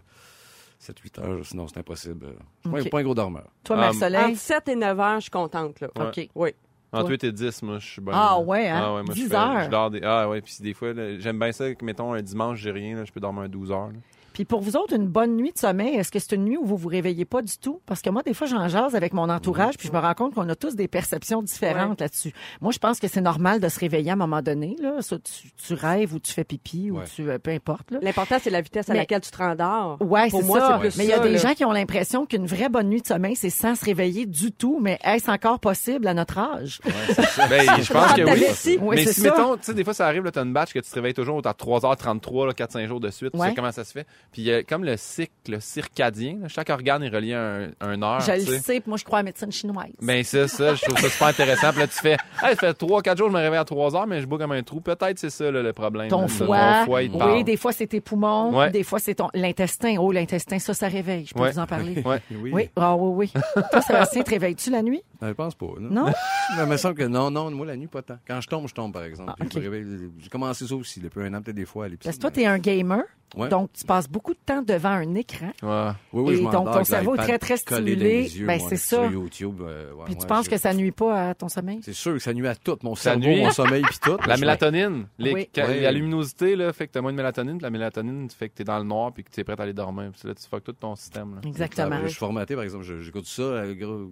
Speaker 2: 7-8 heures, sinon, c'est impossible. Je suis pas-
Speaker 1: Ok.
Speaker 2: pas un gros dormeur.
Speaker 1: Toi,
Speaker 4: Ah,
Speaker 1: Marie-Soleil?
Speaker 3: Entre 7 et 9 heures, je suis contente, là.
Speaker 4: Ah,
Speaker 1: Um, OK.
Speaker 3: Oui.
Speaker 4: Entre
Speaker 1: Toi?
Speaker 4: 8 et 10, moi, je suis bon.
Speaker 1: Ah ouais, hein?
Speaker 4: Ah ouais, moi, je
Speaker 1: 10
Speaker 4: fais-
Speaker 1: heures.
Speaker 4: Je dors des... Ah ouais, puis des fois, là, j'aime bien ça que, mettons, un dimanche, j'ai rien, là, je peux dormir un 12 heures. là.
Speaker 1: Puis pour vous autres, une bonne nuit de sommeil, est-ce que c'est une nuit où vous vous réveillez pas du tout? Parce que moi, des fois, j'en jase avec mon entourage, puis je me rends compte qu'on a tous des perceptions différentes là-dessus. Moi, je pense que c'est normal de se réveiller à un moment donné. Là. Ça, tu, tu rêves ou tu fais pipi ou
Speaker 2: Ouais.
Speaker 1: tu... euh, peu importe. Là.
Speaker 3: L'important, c'est la vitesse à
Speaker 1: Mais-
Speaker 3: laquelle tu te rendors.
Speaker 1: Ouais,
Speaker 3: Pour
Speaker 1: c'est
Speaker 3: moi,
Speaker 1: ça.
Speaker 3: c'est plus
Speaker 1: mais il y a
Speaker 3: ça,
Speaker 1: des
Speaker 3: là.
Speaker 1: gens qui ont l'impression qu'une vraie bonne nuit de sommeil, c'est sans se réveiller du tout. Mais est-ce encore possible à notre âge?
Speaker 4: Ben, je pense que
Speaker 3: Ah,
Speaker 4: oui.
Speaker 3: t'avais- si.
Speaker 1: Oui,
Speaker 4: mais
Speaker 1: c'est
Speaker 4: si,
Speaker 1: ça.
Speaker 4: mettons, tu sais, des fois, ça arrive, là, t'as une batch que tu te réveilles toujours à 3h33, là, 4-5 jours de suite. Tu
Speaker 1: Ouais.
Speaker 4: sais comment ça se fait. Puis il y a comme le cycle circadien. là. Chaque organe est relié à un, à une
Speaker 3: Ah,
Speaker 4: heure.
Speaker 1: Je
Speaker 4: tu
Speaker 1: le
Speaker 4: sais.
Speaker 1: sais, puis moi, je crois à la médecine chinoise.
Speaker 4: Ben ça, ça, je trouve ça super intéressant. Puis là, tu fais, hey, ça fait 3-4 jours, je me réveille à 3 heures, mais je bois comme un trou. Peut-être c'est ça là, le problème.
Speaker 1: ton
Speaker 4: là.
Speaker 1: foie.
Speaker 4: Ton foie, il te
Speaker 1: oui,
Speaker 4: parle.
Speaker 1: des fois, c'est tes poumons.
Speaker 4: Ouais.
Speaker 1: Des fois, c'est ton l'intestin. Oh, l'intestin, ça, ça réveille. Je peux
Speaker 4: Ouais.
Speaker 1: vous en parler.
Speaker 4: Ouais.
Speaker 2: Oui.
Speaker 1: Oui, ah oui, oui. Toi, Sébastien, te réveilles-tu la nuit?
Speaker 2: Non, je pense pas.
Speaker 1: Non?
Speaker 2: Non? Mais il me semble que non, non, moi, la nuit, pas tant. Quand je tombe, je tombe, par exemple.
Speaker 1: Ah,
Speaker 2: Puis je
Speaker 1: ok.
Speaker 2: me réveille- J'ai commencé ça aussi depuis un an, peut-être des fois à l'épisode.
Speaker 1: Parce que toi, t'es un gamer.
Speaker 2: Ouais.
Speaker 1: Donc, tu passes beaucoup de temps devant un écran.
Speaker 4: Ouais.
Speaker 2: Oui, oui, je
Speaker 1: et
Speaker 2: m'endors
Speaker 1: donc, ton
Speaker 2: avec
Speaker 1: cerveau est
Speaker 2: l'iPad
Speaker 1: très, très
Speaker 2: collé dans
Speaker 1: stimulé.
Speaker 2: les yeux,
Speaker 1: Ben,
Speaker 2: moi,
Speaker 1: c'est
Speaker 2: sur
Speaker 1: ça.
Speaker 2: YouTube. euh, ouais,
Speaker 1: Puis tu
Speaker 2: ouais,
Speaker 1: penses
Speaker 2: je-
Speaker 1: que ça nuit pas à ton sommeil?
Speaker 2: C'est sûr que ça nuit à tout. Mon
Speaker 4: Ça
Speaker 2: cerveau,
Speaker 4: nuit.
Speaker 2: mon sommeil, puis tout.
Speaker 4: La
Speaker 2: Je-
Speaker 4: mélatonine, les,
Speaker 1: Oui.
Speaker 4: ca-
Speaker 2: Oui.
Speaker 4: la luminosité là, fait que t'as moins de mélatonine, puis la mélatonine fait que t'es dans le noir puis que t'es prêt à aller dormir. Puis là, tu fuck tout ton système. Là.
Speaker 1: Exactement.
Speaker 2: Je suis formaté, par exemple. je- J'écoute ça, euh, gros-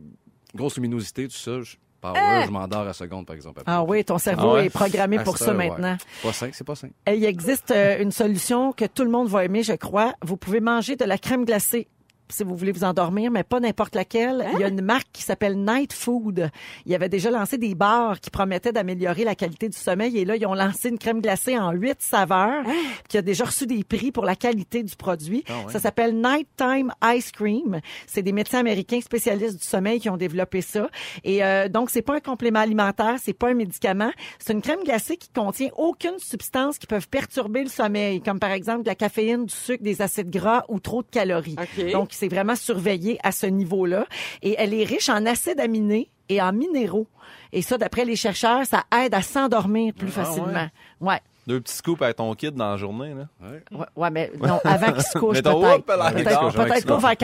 Speaker 2: grosse luminosité, tout ça. Je, par
Speaker 1: Hein?
Speaker 2: là, je m'endors à seconde, par exemple. après.
Speaker 1: Ah oui, ton cerveau
Speaker 4: Ah ouais?
Speaker 1: est programmé
Speaker 2: À
Speaker 1: pour
Speaker 2: cette
Speaker 1: ça
Speaker 2: heure, ouais.
Speaker 1: maintenant.
Speaker 2: Pas sain, c'est pas sain.
Speaker 1: Et Il existe euh, une solution que tout le monde va aimer, je crois. Vous pouvez manger de la crème glacée si vous voulez vous endormir, mais pas n'importe laquelle. Il y a une marque qui s'appelle Night Food. Il avait déjà lancé des bars qui promettaient d'améliorer la qualité du sommeil. Et là, ils ont lancé une crème glacée en huit saveurs qui a déjà reçu des prix pour la qualité du produit. Ça s'appelle Nighttime Ice Cream. C'est des médecins américains spécialistes du sommeil qui ont développé ça. Et euh, donc, c'est pas un complément alimentaire, c'est pas un médicament. C'est une crème glacée qui contient aucune substance qui peuvent perturber le sommeil, comme par exemple de la caféine, du sucre, des acides gras ou trop de calories.
Speaker 3: OK.
Speaker 1: Donc, c'est vraiment surveillé à ce niveau-là. Et elle est riche en acides aminés et en minéraux. Et ça, d'après les chercheurs, ça aide à s'endormir plus
Speaker 4: Ah ouais?
Speaker 1: facilement. Ouais.
Speaker 4: Deux petits scoops avec ton kid dans la journée. Là.
Speaker 1: Ouais, ouais, mais non, avant qu'il se couche,
Speaker 4: Mettons,
Speaker 1: peut-être.
Speaker 4: hop, là, il
Speaker 1: Peut-être
Speaker 4: se couche,
Speaker 1: peut-être
Speaker 4: avant qu'il se
Speaker 1: pas
Speaker 4: couche.
Speaker 1: vers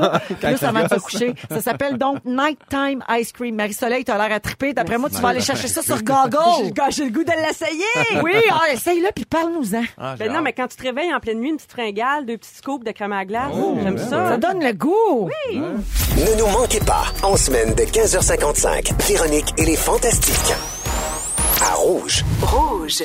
Speaker 1: là, plus
Speaker 4: ça
Speaker 1: avant de se coucher. Ça s'appelle donc Nighttime Ice Cream. Marie-Soleil, t'as l'air attrapée. D'après moi, tu vas aller chercher ça sur
Speaker 3: J'ai
Speaker 1: Google.
Speaker 3: le gars- J'ai le goût de l'essayer!
Speaker 1: Oui, ah, essaye-le, puis parle-nous-en.
Speaker 4: Ah, j'ai
Speaker 3: Ben non,
Speaker 4: hâte.
Speaker 3: mais quand tu te réveilles en pleine nuit, une petite fringale, deux petits scoops de crème à glace,
Speaker 4: Oh,
Speaker 3: j'aime ça.
Speaker 1: Ça donne le goût.
Speaker 6: Ne nous manquez pas, en semaine de 15h55, Véronique et les Fantastiques. À Rouge.
Speaker 5: Rouge.